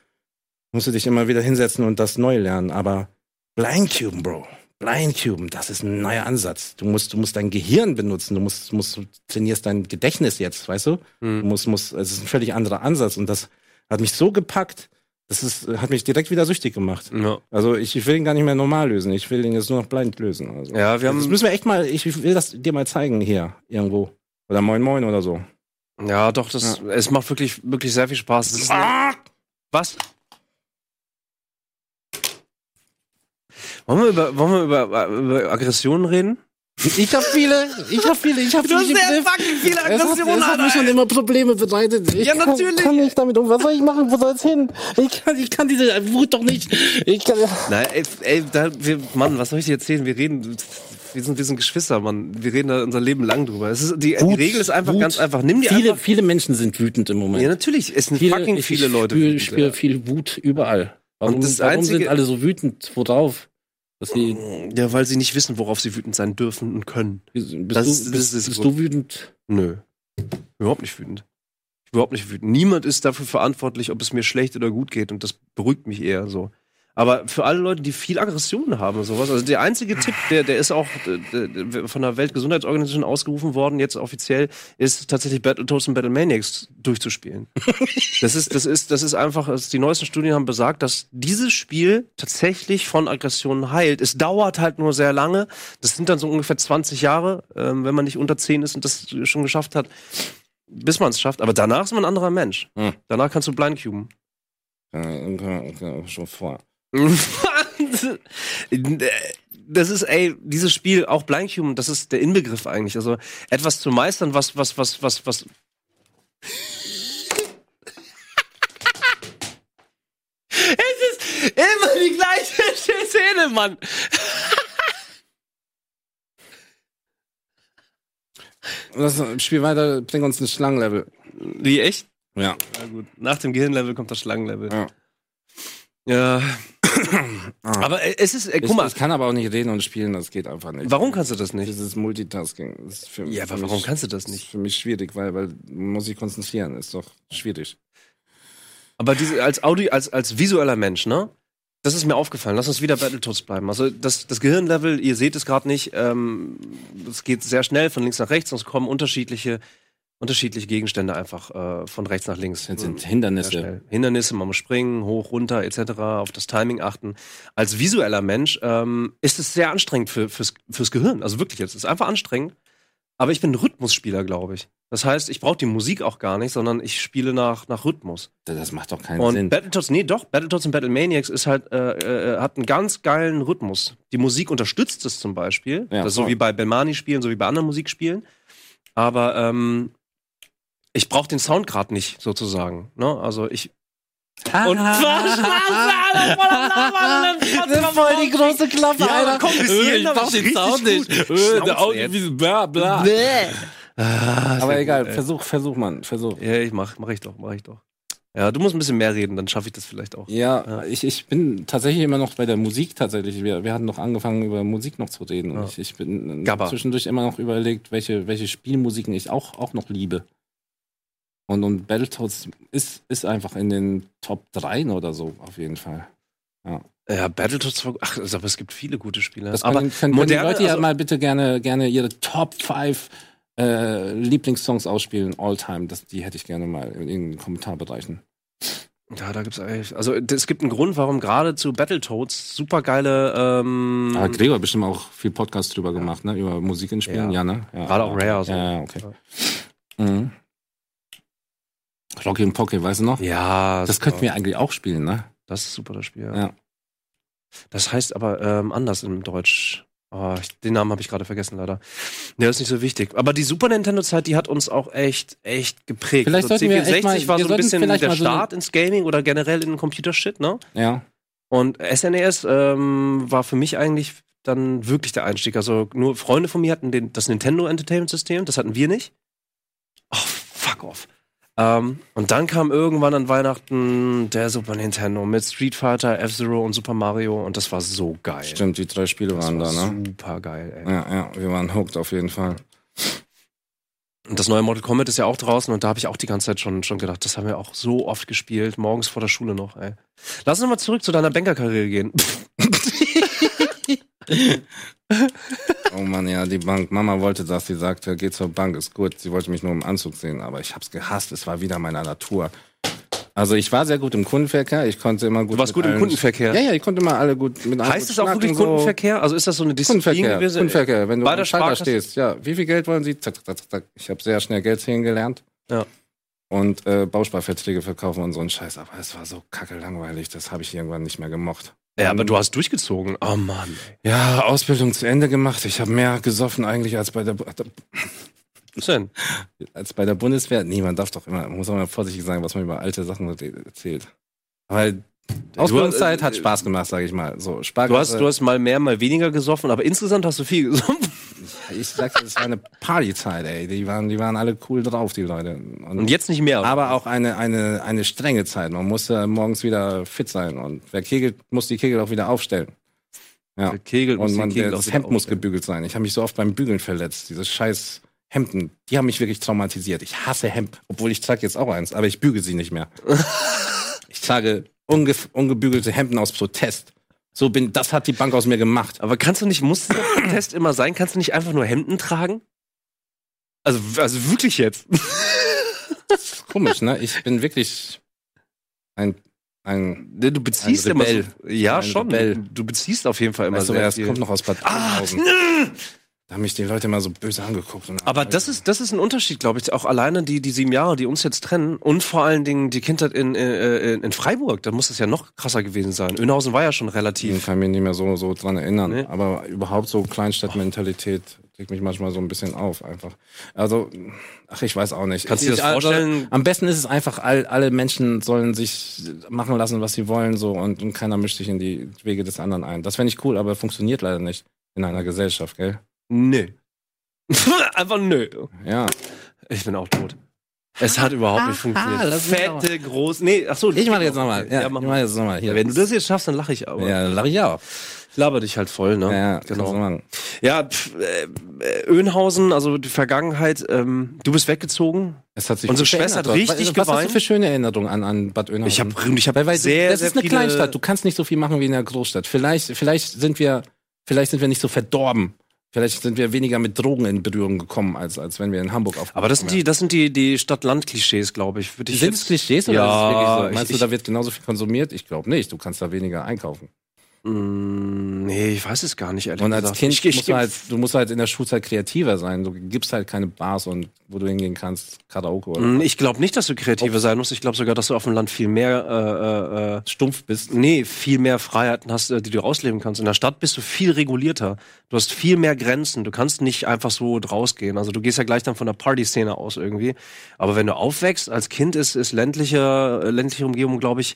musst du dich immer wieder hinsetzen und das neu lernen. Aber Blind Cuben, Bro. Blind Cuben, das ist ein neuer Ansatz. Du musst, du musst dein Gehirn benutzen, du musst, musst du trainierst dein Gedächtnis jetzt, weißt du? Hm. muss, muss, es ist ein völlig anderer Ansatz und das hat mich so gepackt, das ist, hat mich direkt wieder süchtig gemacht. ja. Also ich, ich will ihn gar nicht mehr normal lösen, ich will ihn jetzt nur noch blind lösen. Also. ja, wir das haben, müssen wir echt mal, ich will das dir mal zeigen hier irgendwo. Oder Moin Moin oder so. ja, doch, das, es macht wirklich, wirklich sehr viel Spaß. Das ist eine, Ah! was? Wollen wir über, wollen wir über, über Aggressionen reden? Ich hab viele, ich hab viele, ich hab Du hast viele. sehr fucking viele es hat, Aggressionen, es hat mir Alter. schon immer Probleme bereitet. Ich Ja, kann, natürlich. kann nicht damit um. Was soll ich machen? Wo soll's hin? Ich kann, ich kann diese Wut doch nicht. Ich kann, Nein, ey, ey da, wir, Mann, was soll ich dir erzählen? Wir reden, wir sind, wir sind Geschwister, Mann. Wir reden da unser Leben lang drüber. Es ist, die, die Wut, Regel ist einfach Wut. ganz einfach. Nimm die viele, einfach. viele Menschen sind wütend im Moment. Ja, natürlich. Es sind fucking ich- viele ich Leute. spür- wütend, Ich spüre ja. viel Wut überall. Warum, Und das warum sind Einzige- alle so wütend? Worauf? Dass die, Ja, weil sie nicht wissen, worauf sie wütend sein dürfen und können. bist du, das ist- das bist, ist bist gut. du wütend? Nö. Überhaupt nicht wütend. Überhaupt nicht wütend. Niemand ist dafür verantwortlich, ob es mir schlecht oder gut geht und das beruhigt mich eher so. Aber für alle Leute, die viel Aggression haben und sowas, also der einzige Tipp, der, der ist auch äh, der- von der Weltgesundheitsorganisation ausgerufen worden, jetzt offiziell, ist tatsächlich Battletoads und Battlemaniacs durchzuspielen. Das ist, das ist, das ist einfach, es- die neuesten Studien haben besagt, dass dieses Spiel tatsächlich von Aggressionen heilt. Es dauert halt nur sehr lange. Das sind dann so ungefähr 20 Jahre, ähm, wenn man nicht unter 10 ist und das schon geschafft hat, bis man es schafft. Aber danach ist man ein anderer Mensch. Hm. Danach kannst du blind cuben. Schon vor. das ist, ey, dieses Spiel, auch blind cuben, das ist der Inbegriff eigentlich. Also etwas zu meistern, was, was, was, was, was. Es ist immer die gleiche Szene, Mann. Lass uns- Spiel weiter, bring uns ein Schlangenlevel. Wie echt? Ja. Na gut. Nach dem Gehirnlevel kommt das Schlangenlevel. Ja. Ja. Aber äh, es ist, äh, Ich, guck mal, ich kann aber auch nicht reden und spielen, das geht einfach nicht. warum kannst du das nicht? Dieses Multitasking ist für, Ja, für aber mich- warum kannst du das ist nicht? für mich schwierig, weil, weil man muss ich konzentrieren, ist doch schwierig. Aber diese, als Audi, als, als visueller Mensch, ne? Das ist mir aufgefallen. Lass uns wieder Battletoads bleiben. Also das, das Gehirnlevel, ihr seht es gerade nicht, ähm, es geht sehr schnell von links nach rechts und es kommen unterschiedliche, unterschiedliche Gegenstände einfach äh, von rechts nach links. Das sind Sehr Hindernisse. schnell. Hindernisse, man muss springen, hoch, runter, etc., auf das Timing achten. Als visueller Mensch ähm, ist es sehr anstrengend für, fürs, fürs Gehirn. Also wirklich jetzt, es ist einfach anstrengend. Aber ich bin Rhythmusspieler, glaube ich. Das heißt, ich brauche die Musik auch gar nicht, sondern ich spiele nach, nach Rhythmus. das macht doch keinen Und Sinn. Battletoads, nee, doch, Battletoads und Battlemaniacs ist halt, äh, äh, hat einen ganz geilen Rhythmus. Die Musik unterstützt es zum Beispiel. Ja, das ist so voll. wie bei Belmani-Spielen, so wie bei anderen Musikspielen. Aber ähm, ich brauche den Sound gerade nicht, sozusagen. Ne? Also ich. Und Voll die große Klappe, Ja, Alter. komm, bis hierhin, ich aber brauch ist den richtig Sound gut. nicht. Äh, Schnauze der Audio jetzt. wie bla bla. Ah, Aber Aber egal, versuch, versuch, Mann, versuch. Ja, ich mach, mach ich doch, mach ich doch. Ja, du musst ein bisschen mehr reden, dann schaffe ich das vielleicht auch. Ja, ich, ich bin tatsächlich immer noch bei der Musik tatsächlich. Wir, wir hatten noch angefangen, über Musik noch zu reden. Und Ja. ich, ich bin äh, Gabba. zwischendurch immer noch überlegt, welche, welche Spielmusiken ich auch, auch noch liebe. Und, und Battletoads ist, ist einfach in den Top 3 oder so, auf jeden Fall. Ja, Battletoads, war- ach, also, aber es gibt viele gute Spiele. Das können, aber können, können moderne- die Leute ja also- mal bitte gerne, gerne ihre Top 5 äh, Lieblingssongs ausspielen, all time. Das, die hätte ich gerne mal in den Kommentarbereichen. Mhm. Ja, da gibt's eigentlich. Also d- es gibt einen Grund, warum gerade zu Battletoads super geile, ähm, Aber Gregor hat bestimmt auch viel Podcast drüber gemacht, ne? Über Musik in Spielen, ja, Ja. ne? Ja, Gerade auch Rare, so. Ja, ja, okay. Mhm. Rocky und Pocky, weißt du noch? ja, Das super. könnten wir eigentlich auch spielen, ne? Das ist super das Spiel. Ja. Ja. Das heißt aber ähm, anders im Deutsch. Ah, ich, den Namen habe ich gerade vergessen leider. Ja, ist nicht so wichtig. Aber die Super Nintendo Zeit, die hat uns auch echt, echt geprägt. Vielleicht so sollten wir echt mal- war wir so ein sollten bisschen vielleicht der mal so eine- Start ins Gaming oder generell in den Computershit, ne? Ja. Und SNES ähm, war für mich eigentlich dann wirklich der Einstieg. Also nur Freunde von mir hatten den, das Nintendo Entertainment System, das hatten wir nicht. Oh, fuck off. Ähm, und dann kam irgendwann an Weihnachten der Super Nintendo mit Street Fighter, F-Zero und Super Mario und das war so geil. Stimmt, die drei Spiele das waren war da, ne? super geil, ey. Ja, ja, wir waren hooked auf jeden Fall. Und das neue Mortal Kombat ist ja auch draußen und da habe ich auch die ganze Zeit schon, schon gedacht, das haben wir auch so oft gespielt, morgens vor der Schule noch, ey. Lass uns mal zurück zu deiner Bankerkarriere gehen. Oh Mann, ja, die Bank. Mama wollte das. Sie sagte, geh zur Bank, ist gut. Sie wollte mich nur im Anzug sehen, aber ich hab's gehasst. Es war wieder meiner Natur. Also ich war sehr gut im Kundenverkehr. Ich konnte immer gut. Du warst mit gut im allen- Kundenverkehr. Ja, ja, ich konnte immer alle gut mit allen Heißt gut es auch Also schnacken, wirklich so. Kundenverkehr? Also ist das so eine Disziplin Kundenverkehr, gewesen? Kundenverkehr. Wenn du bei am der Schalter Sparkasse- stehst, ja. Wie viel Geld wollen Sie? Zack, zack, zack. Ich habe sehr schnell Geld zählen gelernt. Ja. und äh, Bausparverträge verkaufen und so einen Scheiß. Aber es war so kacke langweilig, das habe ich irgendwann nicht mehr gemocht. Ja, aber du hast durchgezogen. Oh Mann. Ja, Ausbildung zu Ende gemacht. Ich habe mehr gesoffen eigentlich als bei der Bu- Was denn? als bei der Bundeswehr. Nee, man darf doch immer, man muss auch immer vorsichtig sein, was man über alte Sachen erzählt. Weil Ausbildungszeit äh, hat Spaß gemacht, sage ich mal. So, Du hast, du Sparkasse, hast mal mehr, mal weniger gesoffen, aber insgesamt hast du viel gesoffen. ich sag dir, das war eine Partyzeit, ey. Die waren, die waren alle cool drauf, die Leute. Und- Und jetzt nicht mehr. aber auch eine, eine, eine strenge Zeit. Man musste morgens wieder fit sein und wer kegelt, muss die Kegel auch wieder aufstellen. Ja. Der Kegel muss Und den man, Kegel auch das wieder oh Hemd muss aufstellen. gebügelt sein. Ich habe mich so oft beim Bügeln verletzt. Diese scheiß Hemden, die haben mich wirklich traumatisiert. Ich hasse Hemd, obwohl ich trage jetzt auch eins, aber ich bügel sie nicht mehr. ich trage unge ungebügelte Hemden aus Protest. So bin, das hat die Bank aus mir gemacht. Aber kannst du nicht, muss der Protest immer sein, kannst du nicht einfach nur Hemden tragen? Also, also wirklich jetzt. Komisch, ne? Ich bin wirklich ein, ein, Du beziehst Ein immer. So, Rebell. ja, Ein schon. Rebell. Du beziehst auf jeden Fall immer weißt du, sehr wer das viel. kommt noch aus Bad Ah, Oeynhausen. Da haben mich die Leute immer so böse angeguckt. Und aber das ist, das ist ein Unterschied, glaube ich. Auch alleine die, die sieben Jahre, die uns jetzt trennen und vor allen Dingen die Kindheit in, äh, in, in Freiburg, da muss es ja noch krasser gewesen sein. Önhausen war ja schon Ich relativ. kann mich nicht mehr so, so dran erinnern. Nee. Aber überhaupt so Kleinstadtmentalität regt mich manchmal so ein bisschen auf, einfach. Also, ach, ich weiß auch nicht. Kannst du ich, dir das ich- vorstellen? Am besten ist es einfach, all, alle Menschen sollen sich machen lassen, was sie wollen, so, und, und keiner mischt sich in die Wege des anderen ein. Das fände ich cool, aber funktioniert leider nicht in einer Gesellschaft, gell? Nö. Einfach nö. Ja. Ich bin auch tot. Es hat überhaupt nicht funktioniert. lass mich Fette, groß. Nee, ach so. genau. Ich mache jetzt nochmal. Ja, Ja, ich mach mache jetzt nochmal. Ja, wenn du das jetzt schaffst, dann lache ich aber. Ja, lach ich auch. Laber dich halt voll, ne? Ja, ja kannst du genau. machen. Ja, pf, äh, äh, Önhausen, also die Vergangenheit, ähm, du bist weggezogen. Es hat sich Unsere viel Schwester hat verändert dort. richtig was, was hast geweint. du für schöne Erinnerungen an, an Bad Oeynhausen? Ich habe ich hab Mhm. Weil, weil sehr, das sehr ist eine viele, Kleinstadt. Du kannst nicht so viel machen wie in einer Großstadt. Vielleicht, vielleicht sind wir, vielleicht sind wir nicht so verdorben. Vielleicht sind wir weniger mit Drogen in Berührung gekommen, als, als wenn wir in Hamburg aufgekommen Aber das sind die, das sind die, die Stadt-Land-Klischees, glaube ich. Würde ich Sind jetzt- es Klischees oder Ja, ist es wirklich so? ich- Meinst ich- du, da wird genauso viel konsumiert? Ich glaube nicht. Du kannst da weniger einkaufen. Mm, nee, ich weiß es gar nicht, ehrlich Und als gesagt. Kind ich, ich, musst du halt, du musst halt in der Schulzeit kreativer sein. Du gibst halt keine Bars und wo du hingehen kannst, Karaoke oder Mm, ich glaube nicht, dass du kreativer sein musst. Ich glaube sogar, dass du auf dem Land viel mehr äh, äh, äh, stumpf bist. Nee, viel mehr Freiheiten hast, äh, die du ausleben kannst. In der Stadt bist du viel regulierter. Du hast viel mehr Grenzen. Du kannst nicht einfach so rausgehen. Also du gehst ja gleich dann von der Partyszene aus irgendwie. Aber wenn du aufwächst, als Kind ist, ist ländliche, äh, ländliche Umgebung, glaube ich,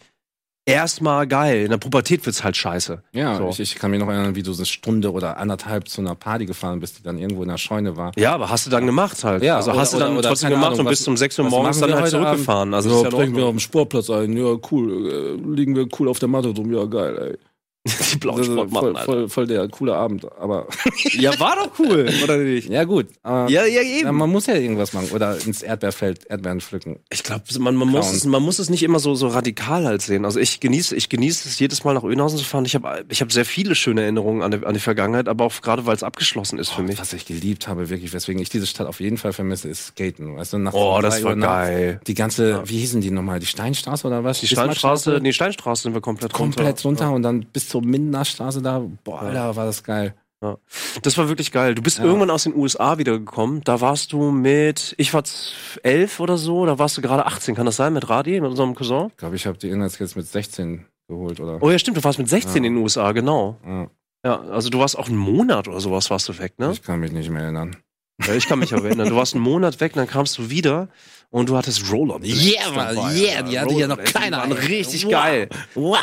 erstmal geil. In der Pubertät wird's halt scheiße. Ja, So. ich, ich kann mich noch erinnern, wie du so eine Stunde oder anderthalb zu einer Party gefahren bist, die dann irgendwo in der Scheune war. Ja, aber hast du dann gemacht halt. Ja, also oder- hast du dann oder- oder trotzdem keine gemacht Ahnung, und was- bist um 6 Uhr was morgens machen dann wir halt heute zurückgefahren. Also ja, ist ja in brechen wir Ordnung. auf dem Sportplatz ein. Ja, cool. Äh, liegen wir cool auf der Matte rum. Ja, geil, ey. die blauen Das ist Sportmatten, voll, Alter. voll, voll der coole Abend. Aber Ja, war doch cool, oder nicht? Ja, gut. aber- Ja, ja, eben. Ja, man muss ja irgendwas machen. Oder ins Erdbeerfeld Erdbeeren pflücken. Ich glaube, man, man, muss Kauen. es, man muss es nicht immer so, so radikal halt sehen. Also ich genieße ich genieße es jedes Mal nach Önhausen zu fahren. Ich habe ich hab sehr viele schöne Erinnerungen an die, an die Vergangenheit, aber auch gerade, weil es abgeschlossen ist für mich. Was ich geliebt habe, wirklich, weswegen ich diese Stadt auf jeden Fall vermisse, ist Skaten. Weißt du, nach Oh, das war nachts. geil. Die ganze, wie hießen die nochmal? Die Steinstraße oder was? Die Steinstraße, Bismarckstraße? nee, Steinstraße sind wir komplett Komplett runter runter. und dann bis zur Mindenerstraße da. Boah, Alter, war das geil. Ja. Das war wirklich geil. Du bist irgendwann aus den USA wiedergekommen. Da warst du mit, ich war z- elf oder so, da warst du gerade 18, kann das sein, mit Radi, mit unserem Cousin? Ich glaube, ich habe die Inhaltskits mit 16 geholt, oder? Oh ja, stimmt, du warst mit 16 Ja. in den USA, genau. Ja, Ja, also du warst auch einen Monat oder sowas warst du weg, ne? ich kann mich nicht mehr erinnern. Ja, Äh, ich kann mich aber erinnern. Du warst einen Monat weg, dann kamst du wieder und du hattest Roller. Yeah, Mann, yeah, die hatte ja noch keiner, Die waren ey. richtig Wow. geil. Wow.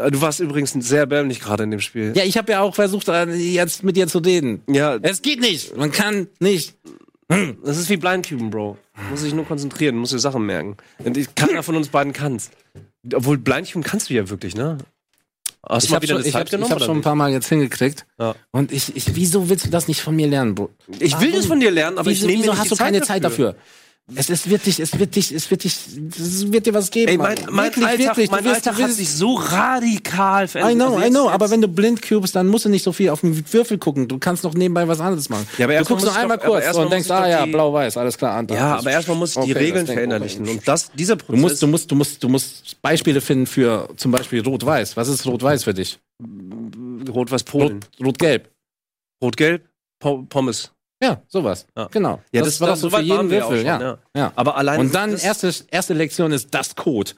Äh, Du warst übrigens sehr bärmlich gerade in dem Spiel. Ja, Äh? ich habe ja auch versucht, äh, jetzt mit dir zu reden. Ja, Es geht nicht. Man kann nicht. das ist wie Blind Cuben, Bro. Muss dich nur konzentrieren, muss dir Sachen merken. Und ich, keiner von uns beiden kann's. Obwohl Blind Cuben kannst du ja wirklich, ne? Hast du Ich mal habe wieder schon, eine ich Zeit hab, ich genommen? hab oder schon ein paar Mal jetzt hingekriegt. Ja. Und ich, ich, wieso willst du das nicht von mir lernen, Bro? nicht? ich will das von dir lernen, aber ich wieso, nehme mir wieso nicht hast die du keine Zeit dafür? Es, es wird dich, es wird dich, es wird dich, es wird dir was geben. Ey, mein, Mann. mein Wirklich, Alltag, wirklich, du mein wirst- Alltag du hat wirst- sich so radikal verändert. I know, Also I know, jetzt- aber wenn du blind cubes, dann musst du nicht so viel auf den Würfel gucken. Du kannst noch nebenbei was anderes machen. Ja, aber du erstmal guckst nur muss ich einmal doch- aber kurz erstmal und muss denkst, ich doch ah ja, die- blau-weiß, alles klar, Antwort. Ja, aber erstmal muss ich die Okay, das Regeln Ding- verinnerlichen. Und das, dieser Prozess. Du musst, du musst, du musst, du musst Beispiele finden für zum Beispiel Rot-Weiß. Was ist Rot-Weiß für dich? Rot-Weiß Polen. Rot- Rot-Gelb. Rot-Gelb, Pommes. Ja, sowas. Ja. Genau. Ja, das, doch so weit waren wir auch schon, ja. ja. ja. Aber allein Und dann das, erste, erste Lektion ist das Code.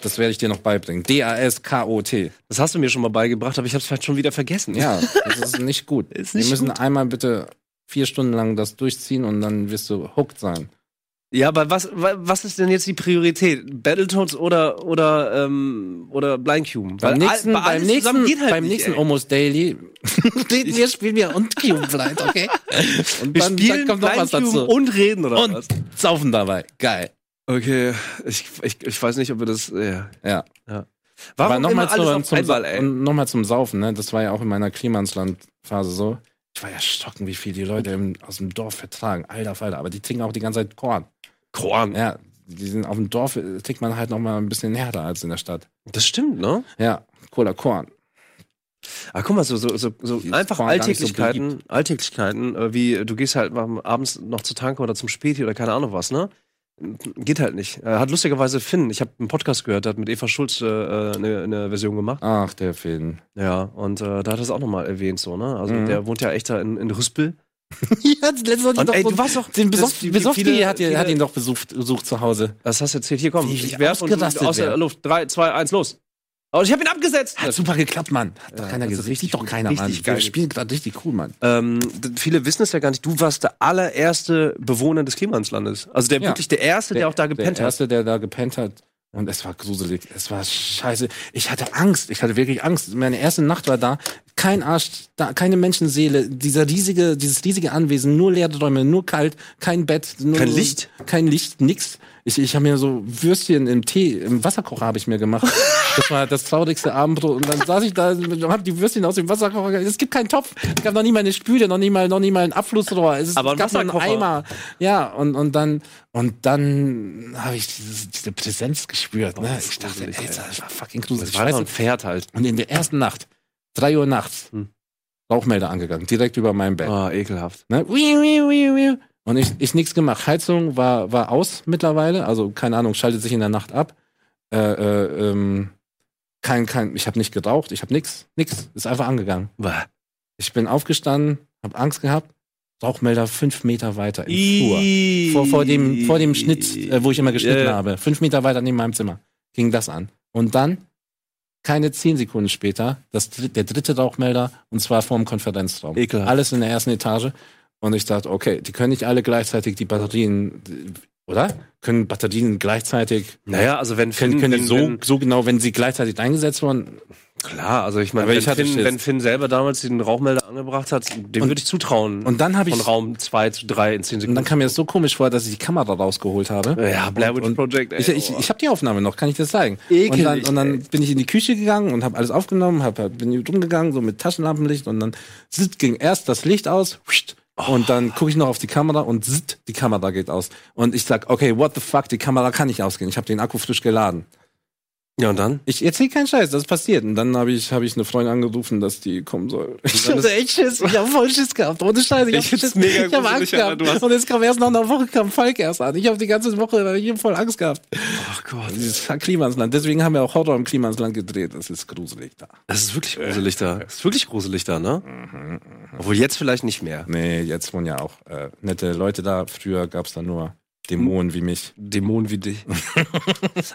Das werde ich dir noch beibringen. D-A-S-K-O-T. das hast du mir schon mal beigebracht, aber ich habe es vielleicht schon wieder vergessen. Ja, das ist nicht gut. Ist nicht wir müssen einmal bitte vier Stunden lang das durchziehen und dann wirst du hooked sein. Ja, aber was, wa- was ist denn jetzt die Priorität? Battletoads oder oder ähm, oder Blind Cube? Beim nächsten, all- bei beim alles zusammen nächsten, geht halt beim nicht, nächsten um- ey. Almost Daily reden wir, spielen wir und Cube vielleicht, okay? Und wir dann, spielen dann kommt noch was Blind Cube dazu. und reden oder Und was? saufen dabei. Geil. Okay, ich, ich, ich weiß nicht, ob wir das. Ja. Ja. Warum noch mal immer alles auf zum, einmal, ey? und noch mal zum Saufen, ne? Das war ja auch in meiner Klimansland-Phase so. Ich war ja stocken, wie viel die Leute im, aus dem Dorf vertragen. Alter Falter, aber die trinken auch die ganze Zeit Korn. Korn. Ja, die sind auf dem Dorf, äh, trinkt man halt noch mal ein bisschen härter als in der Stadt. Das stimmt, ne? Ja, Cola Korn. Ah, guck mal, so, so, so, so Die ist einfach Korn gar nicht so Alltäglichkeiten, Alltäglichkeiten, äh, wie äh, du gehst halt mal abends noch zu tanken oder zum Späti oder keine Ahnung was, ne? Geht halt nicht. Äh, Hat lustigerweise Finn, ich habe einen Podcast gehört, der hat mit Eva Schulz äh, äh, eine, eine Version gemacht. Ach, der Finn. Ja, und äh, da hat er es auch nochmal erwähnt, so, ne? Also Mhm. der wohnt ja echt da in, in Rüspel. ja, letztes Mal Und ey, du warst doch. den das- Besoff, wie- wie Besofki viele- hat, ihn- viele- hat ihn doch besucht, besucht zu Hause. Das hast du erzählt. Hier, komm, Wie- wie ich werf und du aus ausgerastet der wär. Luft. Drei, zwei, eins, los. Oh, ich habe ihn abgesetzt! Hat super geklappt, Mann. Hat doch Ja, keiner das ist gesehen. richtig Sieht doch gut. keiner, Richtig Mann. geil. Wir spielen gerade richtig cool, Mann. Ähm, d- viele wissen es ja gar nicht. Du warst der allererste Bewohner des Klimanslandes. Also der Ja. wirklich der erste, der, auch da gepennt Der hat. erste, der da gepennt hat. Und es war gruselig. Es war scheiße. Ich hatte Angst. Ich hatte wirklich Angst. Meine erste Nacht war da. Kein Arsch, da, keine Menschenseele. Dieser riesige, dieses riesige Anwesen. Nur leere Träume, nur kalt, kein Bett. Nur Kein Licht? Kein Licht, nix. Ich, ich habe mir so Würstchen im Tee, im Wasserkocher habe ich mir gemacht. Das war das traurigste Abendbrot. Und dann saß ich da und habe die Würstchen aus dem Wasserkocher. Es gibt keinen Topf. Es gab noch nie mal eine Spüle, noch nie mal, noch nie mal ein Abflussrohr. Es, ist- Aber es ein gab nur einen Wasserkocher. Eimer. Ja, und, und dann, und dann habe ich dieses, diese Präsenz gespürt. Ne? Ich dachte, ey, gruselig, ey. das war fucking gruselig. Das Ich war weiß so ein nicht. Pferd halt. Und in der ersten Nacht, drei Uhr nachts, Hm. Rauchmelder angegangen, direkt über meinem Bett. Ah, ekelhaft. Ne? Wiu, wiu, wiu, wiu. Und ich, ich nichts gemacht. Heizung war, war aus mittlerweile, also keine Ahnung, schaltet sich in der Nacht ab. Äh, äh, ähm, kein, kein, ich habe nicht geraucht, ich habe nix, nix, ist einfach angegangen. Bah. Ich bin aufgestanden, habe Angst gehabt, Rauchmelder fünf Meter weiter im Flur Ii. vor, vor, dem, vor dem Schnitt, äh, wo ich immer geschnitten Ja. habe. Fünf Meter weiter neben meinem Zimmer ging das an. Und dann, keine zehn Sekunden später, das, dr- der dritte Rauchmelder, und zwar vorm Konferenzraum. Ekelhaft. Alles in der ersten Etage. Und ich dachte, okay, die können nicht alle gleichzeitig die Batterien, die- oder? Können Batterien gleichzeitig, Naja, also wenn können, Finn, können die wenn, so, wenn, so genau, wenn sie gleichzeitig eingesetzt wurden? klar, also ich meine, Aber wenn, ich hatte Finn- Schiss. wenn Finn selber damals den Rauchmelder angebracht hat, dem Und- würde ich zutrauen. Und dann habe ich, von Raum 2 zu 3 in 10 und Sekunden. dann kam mir das so komisch vor, dass ich die Kamera rausgeholt habe. ja, Blair Witch und- Project, ey. oh. Ich, ich, ich habe die Aufnahme noch, kann ich das zeigen? Ekelig, und dann, und ey. dann bin ich in die Küche gegangen und habe alles aufgenommen, hab, hab- bin rumgegangen, so mit Taschenlampenlicht und dann zitt, ging erst das Licht aus wscht, und dann gucke ich noch auf die Kamera und zitt, die Kamera geht aus. Und ich sag, okay, what the fuck, die Kamera kann nicht ausgehen. Ich habe den Akku frisch geladen. ja, und dann? Ich erzähl keinen Scheiß, das ist passiert. Und dann habe ich, hab ich eine Freundin angerufen, dass die kommen soll. Ich dann hatte echt Schiss, ich habe voll Schiss gehabt. Ohne Scheiß, ich, Ich hab find's Schiss. mega ich habe gruselig, Angst Alter, gehabt. du hast- Und jetzt kam erst nach einer Woche kam Falk erst an. Ich habe die ganze Woche ich hab voll Angst gehabt. Ach Gott. Dieses Klimasland. Deswegen haben wir auch Horror im Klimasland gedreht. Das ist gruselig da. Das ist wirklich gruselig da. Das ist wirklich gruselig da, ne? Obwohl jetzt vielleicht nicht mehr. Nee, jetzt wohnen ja auch äh, nette Leute da. Früher gab es da nur Dämonen wie mich. Dämonen wie dich.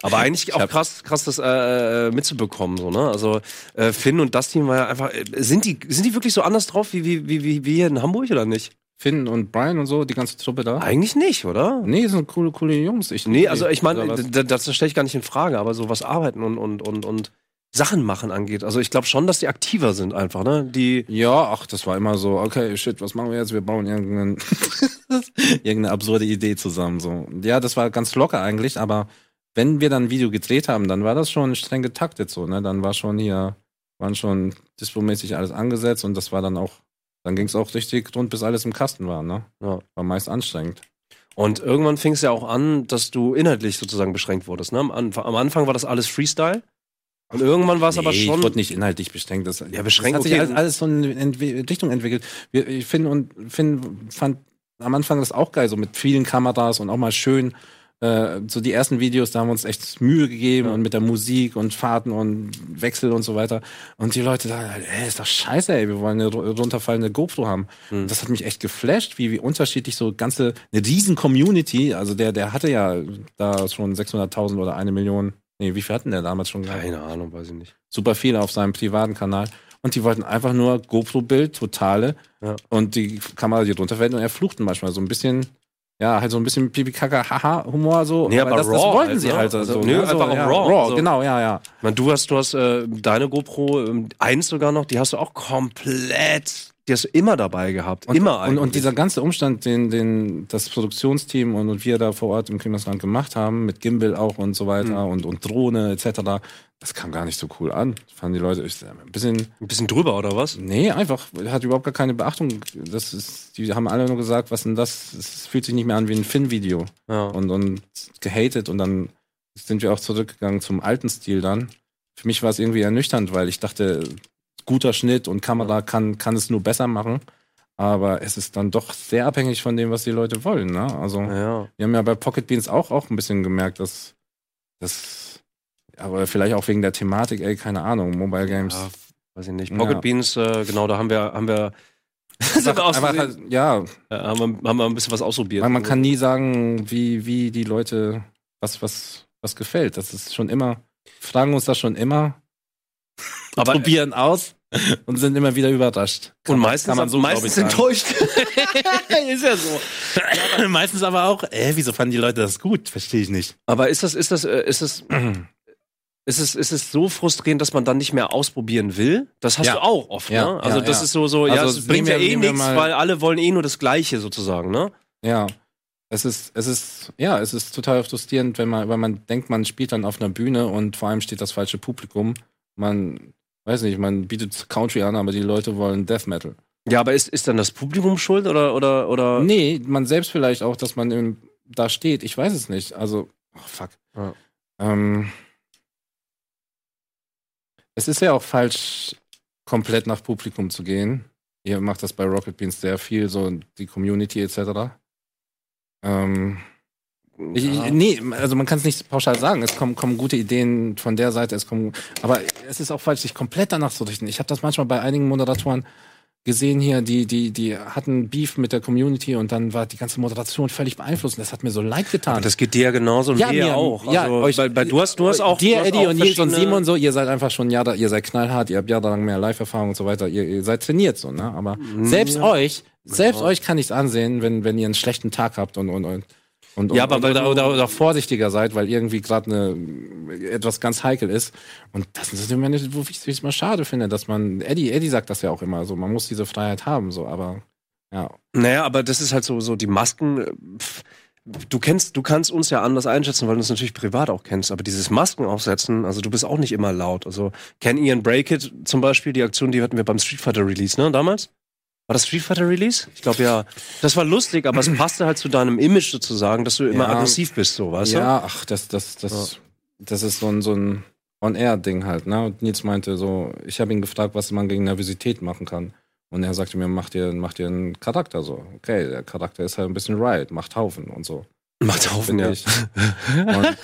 Aber eigentlich auch hab- krass, krass das äh, äh, mitzubekommen, so, ne? Also äh, Finn und das Team war ja einfach. Äh, sind, die, sind die wirklich so anders drauf wie, wie, wie, wie, wie hier in Hamburg oder nicht? Finn und Brian und so, die ganze Truppe da. Eigentlich nicht, oder? Nee, sind coole, coole Jungs. Ich, Nee, also ich meine, oder was? d- d- das stelle ich gar nicht in Frage, aber so was arbeiten und, und, und, und Sachen machen angeht. Also ich glaube schon, dass die aktiver sind einfach, ne? Die. Ja, ach, das war immer so, okay, shit, was machen wir jetzt? Wir bauen irgendeinen, irgendeine absurde Idee zusammen. So. Ja, das war ganz locker eigentlich, aber wenn wir dann ein Video gedreht haben, dann war das schon streng getaktet so, ne? Dann war schon hier, waren schon dispomäßig alles angesetzt und das war dann auch, dann ging es auch richtig rund, bis alles im Kasten war, ne? Ja. War meist anstrengend. Und irgendwann fing es ja auch an, dass du inhaltlich sozusagen beschränkt wurdest. Ne? Am, Anfang, am Anfang war das alles Freestyle. Und irgendwann war es aber Nee, schon. Ich wurde nicht inhaltlich beschränkt. Das, ja, beschränkt, Das hat sich okay. alles, alles so in Entwe Richtung entwickelt. Wir, ich Finn und Finn fand am Anfang das auch geil, so mit vielen Kameras und auch mal schön Äh, so die ersten Videos, da haben wir uns echt Mühe gegeben und mit der Musik und Fahrten und Wechsel und so weiter. Und die Leute sagen, halt, ey, ist doch scheiße, ey, wir wollen eine ru- runterfallende GoPro haben. Hm. Und Das hat mich echt geflasht, wie, wie unterschiedlich so ganze, eine riesen Community, also der, der hatte ja da schon 600.000 oder eine Million. Nee, wie viel hatten der damals schon gehabt? Keine Ahnung, weiß ich nicht. super viele auf seinem privaten Kanal. Und die wollten einfach nur GoPro-Bild, totale. Ja. Und die Kamera, die runterfällt, und er fluchten manchmal so ein bisschen, ja, halt so ein bisschen pipi kaka haha humor so. Nee, aber das, das raw wollten halt, sie ne? halt. Also, so, nee, ne? so, einfach auch ja, raw, raw so. genau, ja, ja. Ich meine, du hast, du hast äh, deine GoPro ähm, eins sogar noch, die hast du auch komplett, die hast du immer dabei gehabt. Und, immer und, und dieser ganze Umstand, den, den das Produktionsteam und, und wir da vor Ort im Kindesland gemacht haben, mit Gimbal auch und so weiter Mhm. und, und Drohne etc., das kam gar nicht so cool an. Fanden die Leute ich, ein bisschen ein bisschen drüber, oder was? Nee, einfach, hat überhaupt gar keine Beachtung. Das ist, die haben alle nur gesagt, was denn das? Es fühlt sich nicht mehr an wie ein Finn-Video. Ja. Und, und gehatet und dann sind wir auch zurückgegangen zum alten Stil dann. Für mich war es irgendwie ernüchternd, weil ich dachte, guter Schnitt und Kamera kann, kann es nur besser machen. Aber es ist dann doch sehr abhängig von dem, was die Leute wollen. Ne? Also, ja. wir haben ja bei Pocket Beans auch, auch ein bisschen gemerkt, dass das, aber vielleicht auch wegen der Thematik, ey, keine Ahnung, Mobile Games. ja. Ah, Weiß ich nicht. Ja. Pocket Beans, äh, genau, da haben wir, haben wir, sind wir aus Aber Versehen- halt- ja, äh, haben wir, haben wir ein bisschen was ausprobiert. Man, man kann nie sagen, wie, wie die Leute, was, was, was gefällt. Das ist schon immer, fragen uns das schon immer, aber, probieren aus und sind immer wieder überrascht. und meistens, kann man so, meistens glaub ich, sagen. enttäuscht. ist ja so. meistens aber auch, äh, wieso fanden die Leute das gut? Verstehe ich nicht. Aber ist das, ist das, äh, ist das, ist es, ist es so frustrierend, dass man dann nicht mehr ausprobieren will? Das hast Ja. du auch oft, Ja, ne? Also ja, das ja. ist so, so, ja, Also es bringt nehmen wir- ja eh nehmen wir nichts, mal- weil alle wollen eh nur das Gleiche sozusagen, ne? Ja. Es ist, es ist, ja, es ist total frustrierend, wenn man, weil man denkt, man spielt dann auf einer Bühne und vor allem steht das falsche Publikum. Man, weiß nicht, man bietet Country an, aber die Leute wollen Death Metal. Ja, aber ist, ist dann das Publikum schuld oder, oder, oder? Nee, man selbst vielleicht auch, dass man im, da steht. Ich weiß es nicht. Also, oh fuck. Ja. Ähm, es ist ja auch falsch, komplett nach Publikum zu gehen. Ihr macht das bei Rocket Beans sehr viel, so die Community etc. Ähm, ich, ich, nee, also man kann es nicht pauschal sagen. Es kommen, kommen gute Ideen von der Seite, es kommen, aber es ist auch falsch, sich komplett danach zu richten. Ich habe das manchmal bei einigen Moderatoren gesehen hier, die, die, die hatten Beef mit der Community und dann war die ganze Moderation völlig beeinflusst. und Das hat mir so leid getan. Ah, Das geht dir ja genauso und Ja, mir mir, auch. ja, also, euch- bei, bei, du hast, du hast auch. du Dir, hast Eddie auch und Nils und verschiedene- Simon so, ihr seid einfach schon Jahre, ihr seid knallhart, ihr habt jahrelang mehr Live-Erfahrung und so weiter, ihr, ihr seid trainiert so, ne? Aber Mhm, selbst euch, selbst Genau. euch kann ich's ansehen, wenn, wenn ihr einen schlechten Tag habt und, und, und. Und, Ja, und, aber und, weil oder, du- oder, oder vorsichtiger seid, weil irgendwie gerade eine etwas ganz heikel ist. Und das ist immer nicht, wo ich es mal schade finde, dass man Eddie, Eddie sagt das ja auch immer, so man muss diese Freiheit haben, so, aber ja. Naja, aber das ist halt so, so die Masken. äh, pff, Du kennst, du kannst uns ja anders einschätzen, weil du uns natürlich privat auch kennst. Aber dieses Masken aufsetzen, also du bist auch nicht immer laut. Also Can Ian Break It zum Beispiel, die Aktion, die hatten wir beim Street Fighter Release, ne? Damals? War das Street Fighter Release? Ich glaube ja. Das war lustig, aber es passte halt zu deinem Image sozusagen, dass du immer Ja. aggressiv bist, so, weißt du? Ja, ach, das, das, das, das ist so ein, so ein On-Air-Ding halt, ne? Und Nils meinte so, ich habe ihn gefragt, was man gegen Nervosität machen kann. Und er sagte mir, mach dir, mach dir einen Charakter so. Okay, der Charakter ist halt ein bisschen Riot, macht Haufen und so. Macht Haufen, Finde ja. ich. Und,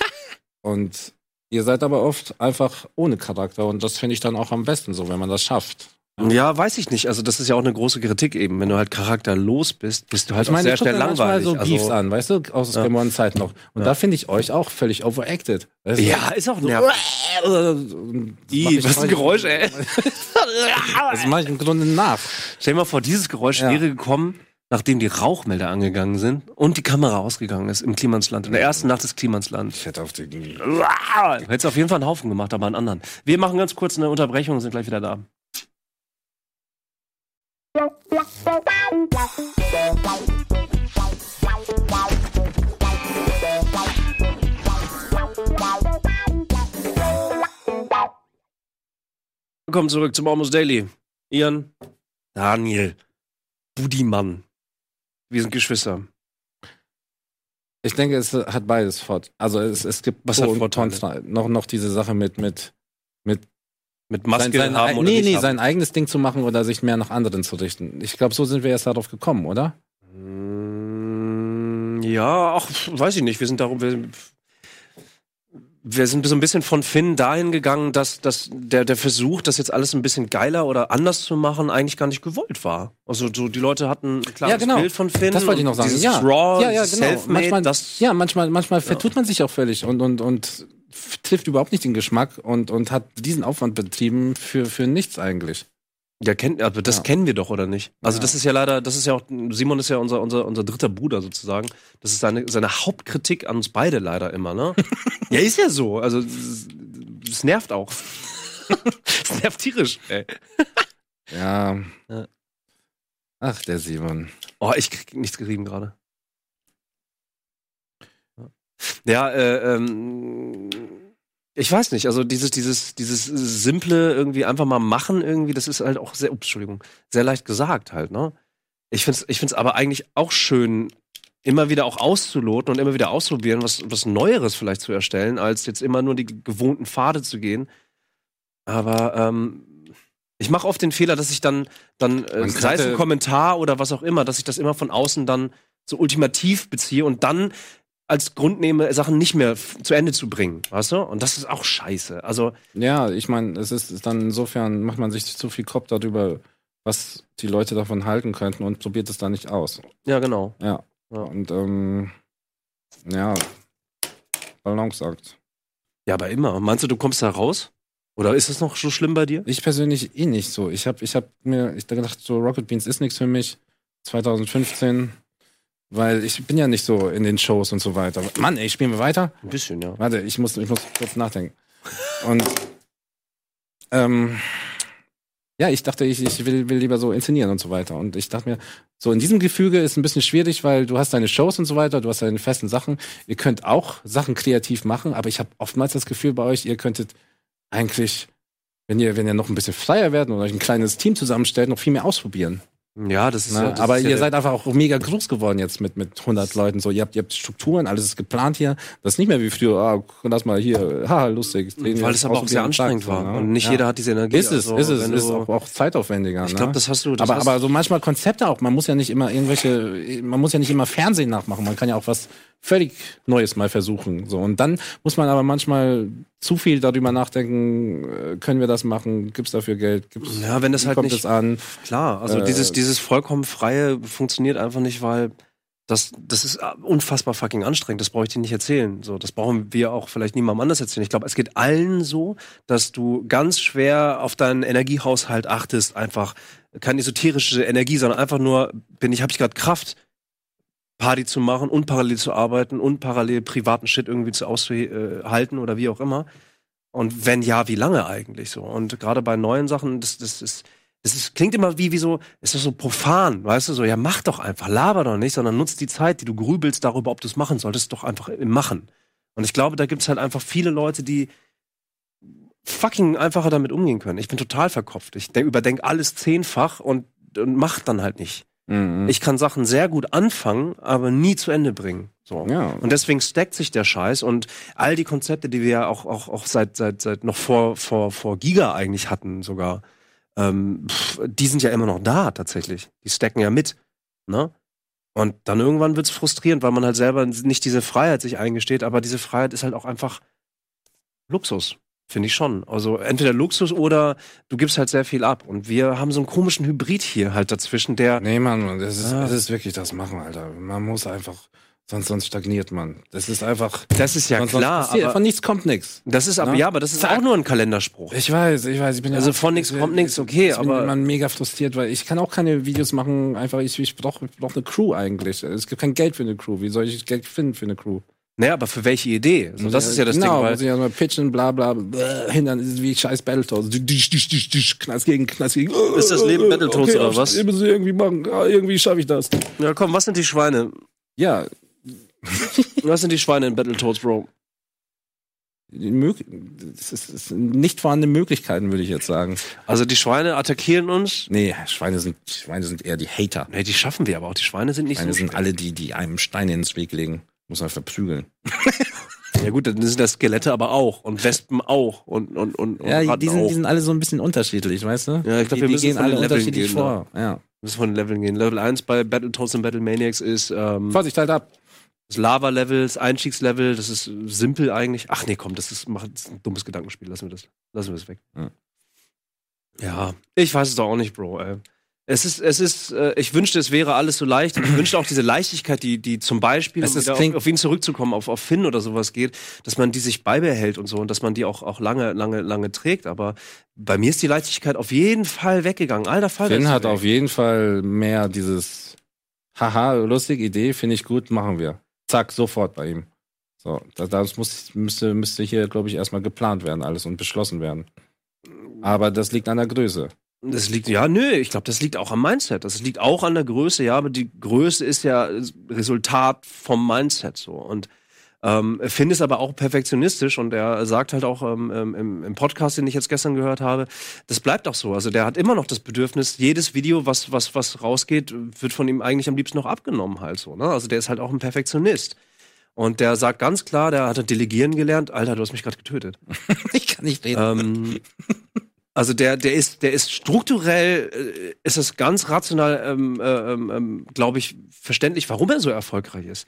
und ihr seid aber oft einfach ohne Charakter und das finde ich dann auch am besten so, wenn man das schafft. Ja, weiß ich nicht. Also das ist ja auch eine große Kritik eben. Wenn du halt charakterlos bist, bist du halt Ich meine, auch sehr ich gucke schnell mir manchmal langweilig. so also, Beefs an, weißt du, aus Ja. der modernen Zeit noch. Und Ja. da finde ich euch auch völlig overacted. Weißt du? ja, ist auch So, nervig. äh, Ih, was ein Geräusch, ey. Das mache ich im Grunde nach. Stell dir mal vor, dieses Geräusch Ja. wäre gekommen, nachdem die Rauchmelder angegangen sind und die Kamera ausgegangen ist im Klimansland. In der ersten Nacht des Klimansland. Ich hätte auf den. Du hättest auf jeden Fall einen Haufen gemacht, aber einen anderen. Wir machen ganz kurz eine Unterbrechung und sind gleich wieder da. Willkommen zurück zum Almost Daily. Ian, Daniel, Budimann. Wir sind Geschwister. Ich denke, es hat beides fort. Also es, es gibt Was Pro hat und Vorteile? Contra. noch noch diese Sache mit mit Mit Maske sein, sein, haben oder nee nicht nee haben. sein eigenes Ding zu machen oder sich mehr nach anderen zu richten. Ich glaube, so sind wir erst darauf gekommen, oder? Mm, Ja, ach, weiß ich nicht. Wir sind darum, wir, wir sind so ein bisschen von Finn dahin gegangen, dass, dass der, der Versuch, das jetzt alles ein bisschen geiler oder anders zu machen, eigentlich gar nicht gewollt war. Also so, die Leute hatten ein klares Ja, genau. Bild von Finn. Das wollte ich noch und sagen. Dieses Ja. Raw, ja, ja, dieses genau. Selfmade, Manchmal, das ja, manchmal, manchmal vertut man sich auch völlig und, und, und f- trifft überhaupt nicht den Geschmack und, und hat diesen Aufwand betrieben für, für nichts eigentlich. Ja, kennt, aber das Ja. kennen wir doch, oder nicht? Also, Ja. das ist ja leider, das ist ja auch, Simon ist ja unser, unser, unser dritter Bruder sozusagen. Das ist seine, seine Hauptkritik an uns beide leider immer, ne? ja, ist ja so. Also, es es nervt auch. Es nervt tierisch, ey. Ja. Ja. Ach, der Simon. Oh, ich krieg nichts gerieben gerade. Ja, äh, ähm, ich weiß nicht, also dieses, dieses, dieses simple irgendwie einfach mal machen irgendwie, das ist halt auch sehr, ups, Entschuldigung, sehr leicht gesagt halt, ne? Ich find's, ich find's aber eigentlich auch schön, immer wieder auch auszuloten und immer wieder auszuprobieren, was, was Neueres vielleicht zu erstellen, als jetzt immer nur die gewohnten Pfade zu gehen. Aber, ähm, ich mache oft den Fehler, dass ich dann, dann äh, Man sei es ein könnte- Kommentar oder was auch immer, dass ich das immer von außen dann so ultimativ beziehe und dann als Grund nehme, Sachen nicht mehr f- zu Ende zu bringen, weißt du? Und das ist auch scheiße. Also, Ja, ich meine, es ist, ist dann insofern, macht man sich zu viel Kopf darüber, was die Leute davon halten könnten und probiert es dann nicht aus. ja, genau. Ja. Ja. Und, ähm, ja. Balanceakt. Ja, aber immer. Meinst du, du kommst da raus? Oder ist es noch so schlimm bei dir? Ich persönlich eh nicht so. Ich habe ich hab mir ich hab gedacht, so Rocket Beans ist nichts für mich. 2015. Weil ich bin ja nicht so in den Shows und so weiter. Mann, ey, spielen wir weiter? Ein bisschen, ja. Warte, ich muss, ich muss kurz nachdenken. Und ähm, ja, ich dachte, ich, ich will, will lieber so inszenieren und so weiter. Und ich dachte mir, so in diesem Gefüge ist ein bisschen schwierig, weil du hast deine Shows und so weiter, du hast deine festen Sachen. Ihr könnt auch Sachen kreativ machen, aber ich habe oftmals das Gefühl bei euch, ihr könntet eigentlich, wenn ihr, wenn ihr noch ein bisschen freier werdet und euch ein kleines Team zusammenstellt, noch viel mehr ausprobieren. Ja, das ist Ne? ja. Das aber ist ihr ja der- seid einfach auch mega groß geworden jetzt mit, mit 100 Leuten. So, ihr habt, ihr habt Strukturen, alles ist geplant hier. Das ist nicht mehr wie früher, ah, lass mal hier, haha, lustig. Weil es aber auch sehr anstrengend war. Und nicht jeder hat diese Energie. ne? Ist es, Also, ist es, wenn ist du- auch, auch zeitaufwendiger. Ich glaube, ne? das hast du. Das aber, hast, aber so manchmal Konzepte auch. Man muss ja nicht immer irgendwelche, man muss ja nicht immer Fernsehen nachmachen. Man kann ja auch was völlig Neues mal versuchen. So und dann muss man aber manchmal zu viel darüber nachdenken. äh, Können wir das machen? Gibt's dafür Geld? Gibt's, ja, wenn das wie halt kommt nicht. es an? Klar, also Äh, dieses, dieses vollkommen Freie funktioniert einfach nicht, weil das, das ist äh, unfassbar fucking anstrengend. Das brauche ich dir nicht erzählen. So, das brauchen wir auch vielleicht niemandem anders erzählen. Ich glaube, es geht allen so, dass du ganz schwer auf deinen Energiehaushalt achtest. Einfach keine esoterische Energie, sondern einfach nur, bin ich, habe ich gerade Kraft, Party zu machen und parallel zu arbeiten und parallel privaten Shit irgendwie zu auszuhalten oder wie auch immer. Und wenn ja, wie lange eigentlich so? Und gerade bei neuen Sachen, das, das ist, das ist, klingt immer wie, wie so, es ist so profan, weißt du, so, ja, mach doch einfach, laber doch nicht, sondern nutzt die Zeit, die du grübelst darüber, ob du es machen solltest, doch einfach im Machen. Und ich glaube, da gibt es halt einfach viele Leute, die fucking einfacher damit umgehen können. Ich bin total verkopft. Ich denk, überdenke alles zehnfach und, und mach dann halt nicht. Mhm. Ich kann Sachen sehr gut anfangen, aber nie zu Ende bringen. So. ja. Und deswegen stackt sich der Scheiß und all die Konzepte, die wir ja auch, auch, auch seit, seit, seit noch vor, vor, vor Giga eigentlich hatten sogar, ähm, pff, die sind ja immer noch da tatsächlich. Die stacken ja mit. Ne? Und dann irgendwann wird's frustrierend, weil man halt selber nicht diese Freiheit sich eingesteht, aber diese Freiheit ist halt auch einfach Luxus. Finde ich schon. Also entweder Luxus oder du gibst halt sehr viel ab. Und wir haben so einen komischen Hybrid hier halt dazwischen, der Nee, Mann, das ist, Ah. das ist wirklich das Machen, Alter. Man muss einfach, sonst, sonst stagniert man. Das ist einfach. Das ist ja sonst, klar, sonst passiert, aber von nichts kommt nichts. das ist aber Ne? ja, aber das ist Zack. auch nur ein Kalenderspruch. Ich weiß, ich weiß, ich bin Also ja, von nichts ich- kommt nichts, okay, ich bin aber- immer mega frustriert, weil ich kann auch keine Videos machen, einfach ich, ich brauche ich brauch eine Crew eigentlich. Es gibt kein Geld für eine Crew. Wie soll ich Geld finden für eine Crew? Naja, aber für welche Idee? So, das ist ja das genau, Ding, weil muss ich erstmal pitchen, bla bla, bla hindern, ist es wie scheiß Battletoads. Disch, disch, disch, disch, disch, Knast gegen, Knast gegen. äh, Ist das Leben Battletoads oder was? Ich muss irgendwie machen, Ah, irgendwie schaffe ich das. ja komm, was sind die Schweine? Ja, Was sind die Schweine in Battletoads, Bro? mög- es ist, es sind nicht vorhandene Möglichkeiten, würde ich jetzt sagen. Also die Schweine attackieren uns. Nee, Schweine sind, Schweine sind eher die Hater. Nee, die schaffen wir aber auch. Die Schweine sind nicht Schweine so. sind alle die, die einem Steine ins Weg legen. Muss man verprügeln. Ja gut, dann sind das Skelette aber auch und Wespen auch und und und, und Ratten auch. alle so ein bisschen unterschiedlich, weißt du? Ja, ich glaub, Die- wir die müssen gehen von alle den Leveln unterschiedlich gehen, vor. Ja. Wir müssen von den Leveln gehen. Level 1 bei Battletoads und Battle Maniacs ist ähm, Vorsicht, halt ab. Das Lava-Level, das Einstiegslevel, das ist äh, simpel eigentlich. Ach nee, komm, das ist, mach, das ist ein dummes Gedankenspiel. Lassen wir das, lassen wir das weg. Ja. Ja, ich weiß es doch auch nicht, Bro. Ey. Es ist, es ist, äh, ich wünschte, es wäre alles so leicht. Ich wünschte auch diese Leichtigkeit, die, die zum Beispiel, um Es ist- wieder auf, klingt- auf ihn zurückzukommen, auf, auf Finn oder sowas geht, dass man die sich beibehält und so und dass man die auch, auch lange, lange, lange trägt. Aber bei mir ist die Leichtigkeit auf jeden Fall weggegangen. Alter Fall. Finn ist hat weg. auf jeden Fall mehr dieses Haha, lustige Idee, finde ich gut, machen wir. Zack, sofort bei ihm. So, das, das muss, müsste, müsste hier, glaube ich, erstmal geplant werden, alles und beschlossen werden. Aber das liegt an der Größe. Das liegt, ja, nö, ich glaube, das liegt auch am Mindset. Das liegt auch an der Größe, ja, aber die Größe ist ja äh, Resultat vom Mindset so. Und ähm, Finn ist aber auch perfektionistisch und er sagt halt auch ähm, ähm, im, im Podcast, den ich jetzt gestern gehört habe, das bleibt auch so. Also der hat immer noch das Bedürfnis, jedes Video, was, was, was rausgeht, wird von ihm eigentlich am liebsten noch abgenommen halt so. Ne? Also der ist halt auch ein Perfektionist. Und der sagt ganz klar, der hat delegieren gelernt, Alter, du hast mich gerade getötet. Ich kann nicht reden. Ähm, also der, der ist, der ist strukturell, äh, ist es ganz rational, ähm, äh, ähm, ähm, glaube ich, verständlich, warum er so erfolgreich ist.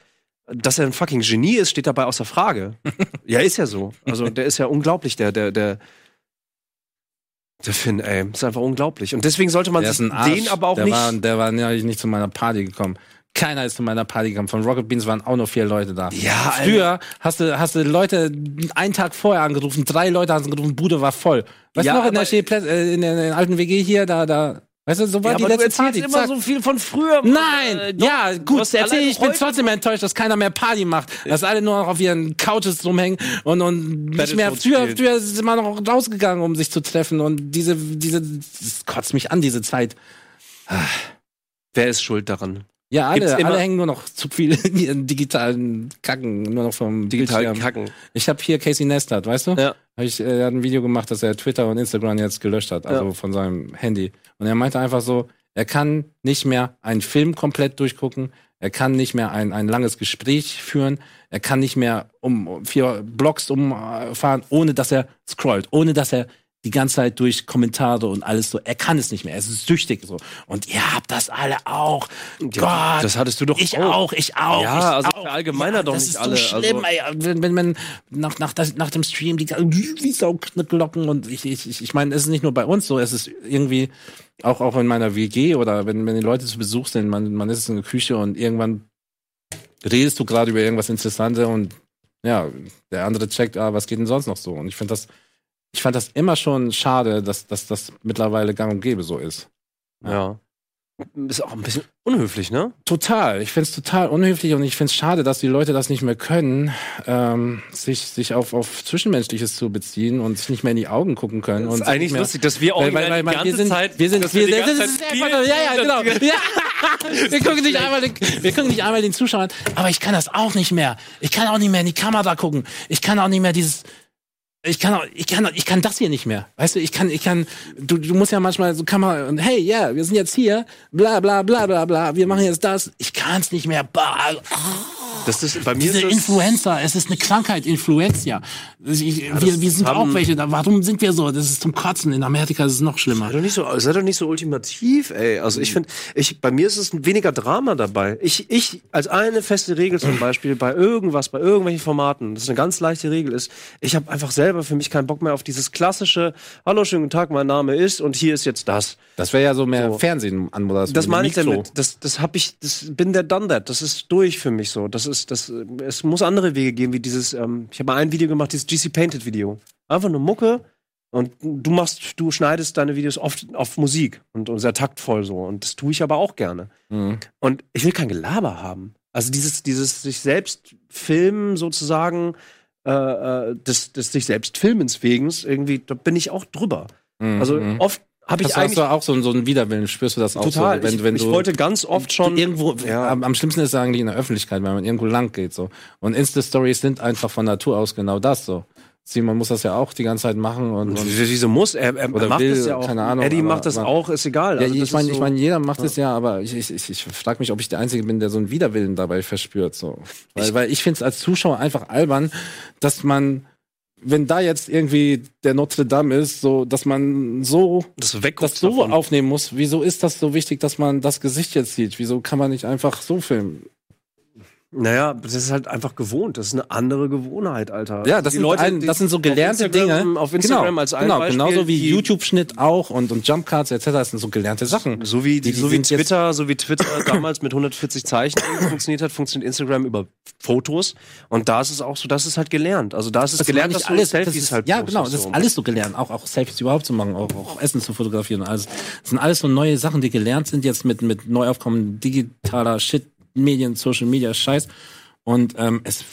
Dass er ein fucking Genie ist, steht dabei außer Frage. ja, ist ja so. Also der ist ja unglaublich, der, der, der. Der Finn, ey, ist einfach unglaublich. Und deswegen sollte man Der ist sich ein Arsch. den aber auch der nicht. War, der war neulich nicht zu meiner Party gekommen. Keiner ist zu meiner Party gekommen. Von Rocket Beans waren auch nur vier Leute da. Ja, Alter. Früher hast du, hast du Leute einen Tag vorher angerufen, drei Leute hast angerufen, Bude war voll. Weißt Ja, du noch, in der, aber- Stehplätze- äh, in, der, in der alten WG hier, da, da. Weißt du, so war ja, die aber du letzte erzählst Party. immer zack. so viel von früher. Mann. Nein, Äh, doch. ja, Du gut, hast ja erzähl, allein ich bin heute- trotzdem enttäuscht, dass keiner mehr Party macht, dass alle nur noch auf ihren Couches rumhängen und, und nicht mehr, Battletoads früher, spielen. früher ist man noch rausgegangen, um sich zu treffen und diese, diese, das kotzt mich an, diese Zeit. Wer ist schuld daran? Ja, Gibt's alle, immer- alle hängen nur noch zu viel in ihren digitalen Kacken, nur noch vom Digitalen Bildschirm. Kacken. Ich habe hier Casey Neistat, weißt du? Ja. Hab ich, äh, er hat ein Video gemacht, dass er Twitter und Instagram jetzt gelöscht hat, also von seinem Handy. Und er meinte einfach so, er kann nicht mehr einen Film komplett durchgucken, er kann nicht mehr ein, ein langes Gespräch führen, er kann nicht mehr um um vier Blogs umfahren, ohne dass er scrollt, ohne dass er die ganze Zeit durch Kommentare und alles so. Er kann es nicht mehr. Er ist süchtig so. Und ihr habt das alle auch. Gott, das hattest du doch ich auch. auch, ich auch. Ja, ich also auch. verallgemeiner doch das nicht ist alle, So schlimm, also- ey. Wenn, wenn man nach, nach, das, nach dem Stream liegt, wie Sauglocken und ich, ich, ich, ich meine, es ist nicht nur bei uns so, es ist irgendwie auch, auch in meiner WG oder wenn, wenn die Leute zu Besuch sind, man, man ist in der Küche und irgendwann redest du gerade über irgendwas Interessantes und ja, der andere checkt, ah, was geht denn sonst noch so? Und ich finde das, ich fand das immer schon schade, dass, dass das mittlerweile gang und gäbe so ist. Ja. Ist auch ein bisschen unhöflich, ne? Total. Ich find's total unhöflich und ich find's schade, dass die Leute das nicht mehr können, ähm, sich, sich auf, auf Zwischenmenschliches zu beziehen und sich nicht mehr in die Augen gucken können. Das und ist sich eigentlich nicht mehr, lustig, dass wir auch Weil, weil, weil, weil wir sind, wir sind, wir, sind- das ist sehr ja, ja, genau. Ja. Wir gucken, nicht einmal den, wir gucken nicht einmal den Zuschauern, aber ich kann das auch nicht mehr. Ich kann auch nicht mehr in die Kamera gucken. Ich kann auch nicht mehr dieses, ich kann auch, ich kann, ich kann das hier nicht mehr. Weißt du, ich kann, ich kann, du, du musst ja manchmal so Kamera und hey, ja, wir sind jetzt hier, bla, bla, bla, bla, bla, wir machen jetzt das. Ich kann's nicht mehr. Bah, Das ist bei mir diese ist das, Influencer, es ist eine Krankheit, Influenza. Ich, das wir, wir sind haben- auch welche. Da, warum sind wir so? Das ist zum Kotzen. In Amerika ist es noch schlimmer. Sei doch nicht so, sei doch nicht so ultimativ, ey. Also Mhm. ich finde, ich, bei mir ist es weniger Drama dabei. Ich, ich, als eine feste Regel zum Beispiel bei irgendwas, bei irgendwelchen Formaten, das ist eine ganz leichte Regel ist, ich habe einfach selber für mich keinen Bock mehr auf dieses klassische, hallo, schönen guten Tag, mein Name ist und hier ist jetzt das. Das wäre ja so mehr Fernsehen an oder Das mit meine ich Mikro. damit. Das, das hab ich, das bin der done that. Das ist durch für mich so. Das ist, das, äh, es muss andere Wege geben, wie dieses, ähm, ich habe mal ein Video gemacht, dieses GC Painted Video. Einfach nur Mucke und du machst, du schneidest deine Videos oft auf Musik und, und sehr taktvoll so. Und das tue ich aber auch gerne. Mhm. Und ich will kein Gelaber haben. Also dieses, dieses sich selbst filmen sozusagen, äh, äh, des, des sich selbst filmens wegen, irgendwie, da bin ich auch drüber. Mhm. Also Mhm. oft habe ich Hast du- hast eigentlich du auch so, einen- so einen Widerwillen? Spürst du das auch total. so? Wenn, ich, wenn ich du wollte ganz oft schon irgendwo Ja. am, am schlimmsten ist sagen die in der Öffentlichkeit, wenn man irgendwo lang geht so. Und Insta Stories sind einfach von Natur aus genau das so. Simon muss das ja auch die ganze Zeit machen und, und W- Wieso muss? Er, er Oder macht will, das ja auch. keine Ahnung, Eddie aber- macht das aber- auch, ist egal. Ja, Also das ich meine, ist ich so- meine, jeder macht es ja, aber ich, ich, ich, ich frage mich, ob ich der Einzige bin, der so einen Widerwillen dabei verspürt. So. Weil ich, weil ich finde es als Zuschauer einfach albern, dass man, wenn da jetzt irgendwie der Notre Dame ist, so, dass man so das wegguckt das so aufnehmen muss. Wieso ist das so wichtig, dass man das Gesicht jetzt sieht? Wieso kann man nicht einfach so filmen? Naja, das ist halt einfach gewohnt. Das ist eine andere Gewohnheit, Alter. Ja, das, Die sind, Leute, ein, die das sind so auf gelernte Instagram- Dinge. Auf Instagram genau, als ein Genau, Beispiel, genauso wie die- YouTube-Schnitt auch und, und Jumpcards etc. Das sind so gelernte Sachen. So wie, Die- die so wie sind jetzt- Twitter, so wie Twitter damals mit 140 Zeichen funktioniert hat, funktioniert Instagram über Fotos. Und da ist es auch so, das ist halt gelernt. Also da ist es gelernt, meine dass ich du Selfies das ist, halt Ja, postest, genau, das ist so. alles so gelernt. Auch, auch Selfies überhaupt zu machen, auch, auch Essen zu fotografieren und alles. Das sind alles so neue Sachen, die gelernt sind jetzt mit, mit Neuaufkommen digitaler Shit, Medien, Social Media, Scheiß. Und ähm, es,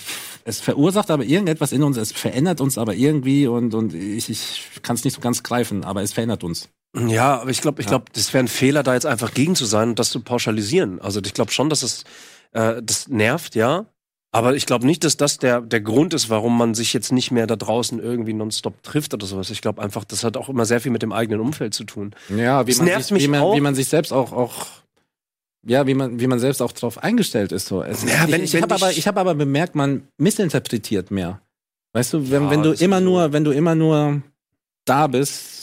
es verursacht aber irgendetwas in uns, es verändert uns aber irgendwie und, und ich, ich kann es nicht so ganz greifen, aber es verändert uns. Ja, aber ich glaube, ich glaube, das wäre ein Fehler, da jetzt einfach gegen zu sein und das zu pauschalisieren. Also ich glaube schon, dass es äh, das nervt, ja. Aber ich glaube nicht, dass das der, der Grund ist, warum man sich jetzt nicht mehr da draußen irgendwie nonstop trifft oder sowas. Ich glaube einfach, das hat auch immer sehr viel mit dem eigenen Umfeld zu tun. Ja, wie Es man, nervt sich, wie, mich man, auch. wie man sich selbst auch, auch ja, wie man, wie man selbst auch drauf eingestellt ist. So. Es, Ja, wenn- ich ich wenn habe ich- aber, ich hab aber bemerkt, man missinterpretiert mehr. Weißt du, wenn, Ja, wenn du das ist immer so. nur, wenn du immer nur da bist,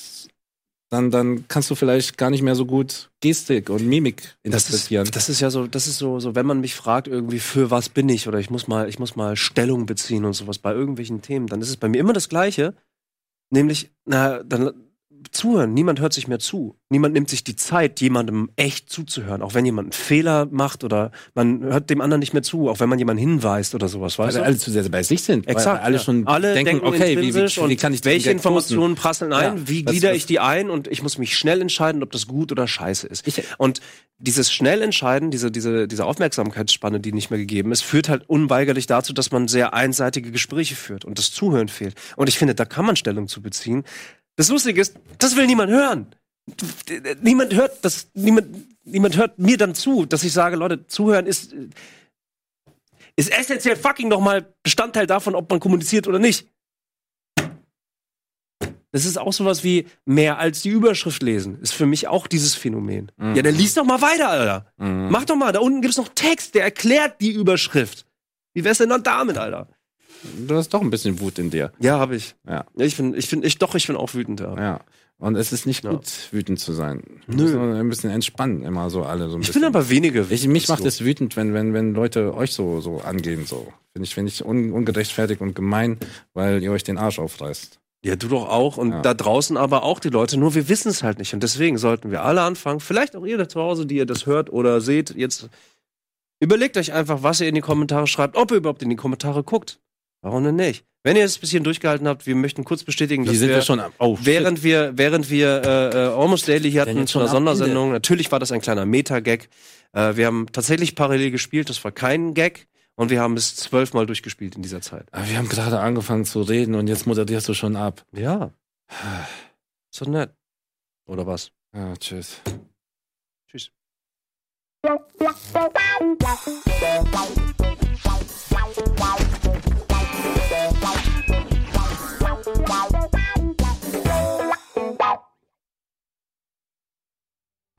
dann, dann kannst du vielleicht gar nicht mehr so gut Gestik und Mimik Das ist, interpretieren. das ist ja so, das ist so, so, wenn man mich fragt, irgendwie, für was bin ich oder ich muss mal, ich muss mal Stellung beziehen und sowas bei irgendwelchen Themen, dann ist es bei mir immer das Gleiche. Nämlich, na, dann zuhören. Niemand hört sich mehr zu. Niemand nimmt sich die Zeit, jemandem echt zuzuhören. Auch wenn jemand einen Fehler macht oder man hört dem anderen nicht mehr zu, auch wenn man jemanden hinweist oder sowas, weißt weil du? alle zu sehr bei sich sind. weil- also Exakt. Weil alle ja. schon alle denken, okay, wie, intrinsisch wie, wie und kann ich den welche Gag posten? Informationen prasseln ein, Ja, wie das- glieder das- ich die ein und ich muss mich schnell entscheiden, ob das gut oder scheiße ist. Ich- und dieses schnell entscheiden, diese, diese, diese Aufmerksamkeitsspanne, die nicht mehr gegeben ist, führt halt unweigerlich dazu, dass man sehr einseitige Gespräche führt und das Zuhören fehlt. Und ich finde, da kann man Stellung zu beziehen. Das Lustige ist, das will niemand hören. Niemand hört das, niemand, niemand hört mir dann zu, dass ich sage, Leute, zuhören ist, äh, ist essentiell fucking nochmal Bestandteil davon, ob man kommuniziert oder nicht. Das ist auch sowas wie mehr als die Überschrift lesen. Ist für mich auch dieses Phänomen. Ja, dann liest doch mal weiter, Alter. Mhm. Mach doch mal, da unten gibt's noch Text, der erklärt die Überschrift. Wie wär's denn dann damit, Alter? Du hast doch ein bisschen Wut in dir. Ja, hab ich. Ja. Ich bin, ich bin, ich, doch, ich bin auch wütend, ja. Ja. Und es ist nicht Ja. gut, wütend zu sein. Nö. Nö. Ein bisschen entspannen, immer so alle so ein Ich bisschen. bin aber wenige. ich, mich so. macht es wütend, wenn, wenn, wenn Leute euch so, so angehen, so. Finde ich, finde ich un, ungerechtfertigt und gemein, weil ihr euch den Arsch aufreißt. Ja, du doch auch und Ja. da draußen aber auch die Leute, nur wir wissen es halt nicht und deswegen sollten wir alle anfangen, vielleicht auch ihr da zu Hause, die ihr das hört oder seht, jetzt überlegt euch einfach, was ihr in die Kommentare schreibt, ob ihr überhaupt in die Kommentare guckt. Warum denn nicht? Wenn ihr es bis hierhin durchgehalten habt, wir möchten kurz bestätigen, dass wir, schon am, oh, während wir während wir äh, äh, Almost Daily hier hatten jetzt zu schon einer am Ende. Sondersendung, natürlich war das ein kleiner Meta-Gag. Äh, wir haben tatsächlich parallel gespielt, das war kein Gag und wir haben es zwölfmal durchgespielt in dieser Zeit. aber Ah, wir haben gerade angefangen zu reden und jetzt moderierst du schon ab. Ja. Ist doch nett. Oder was? Ja, Ah, tschüss. Tschüss.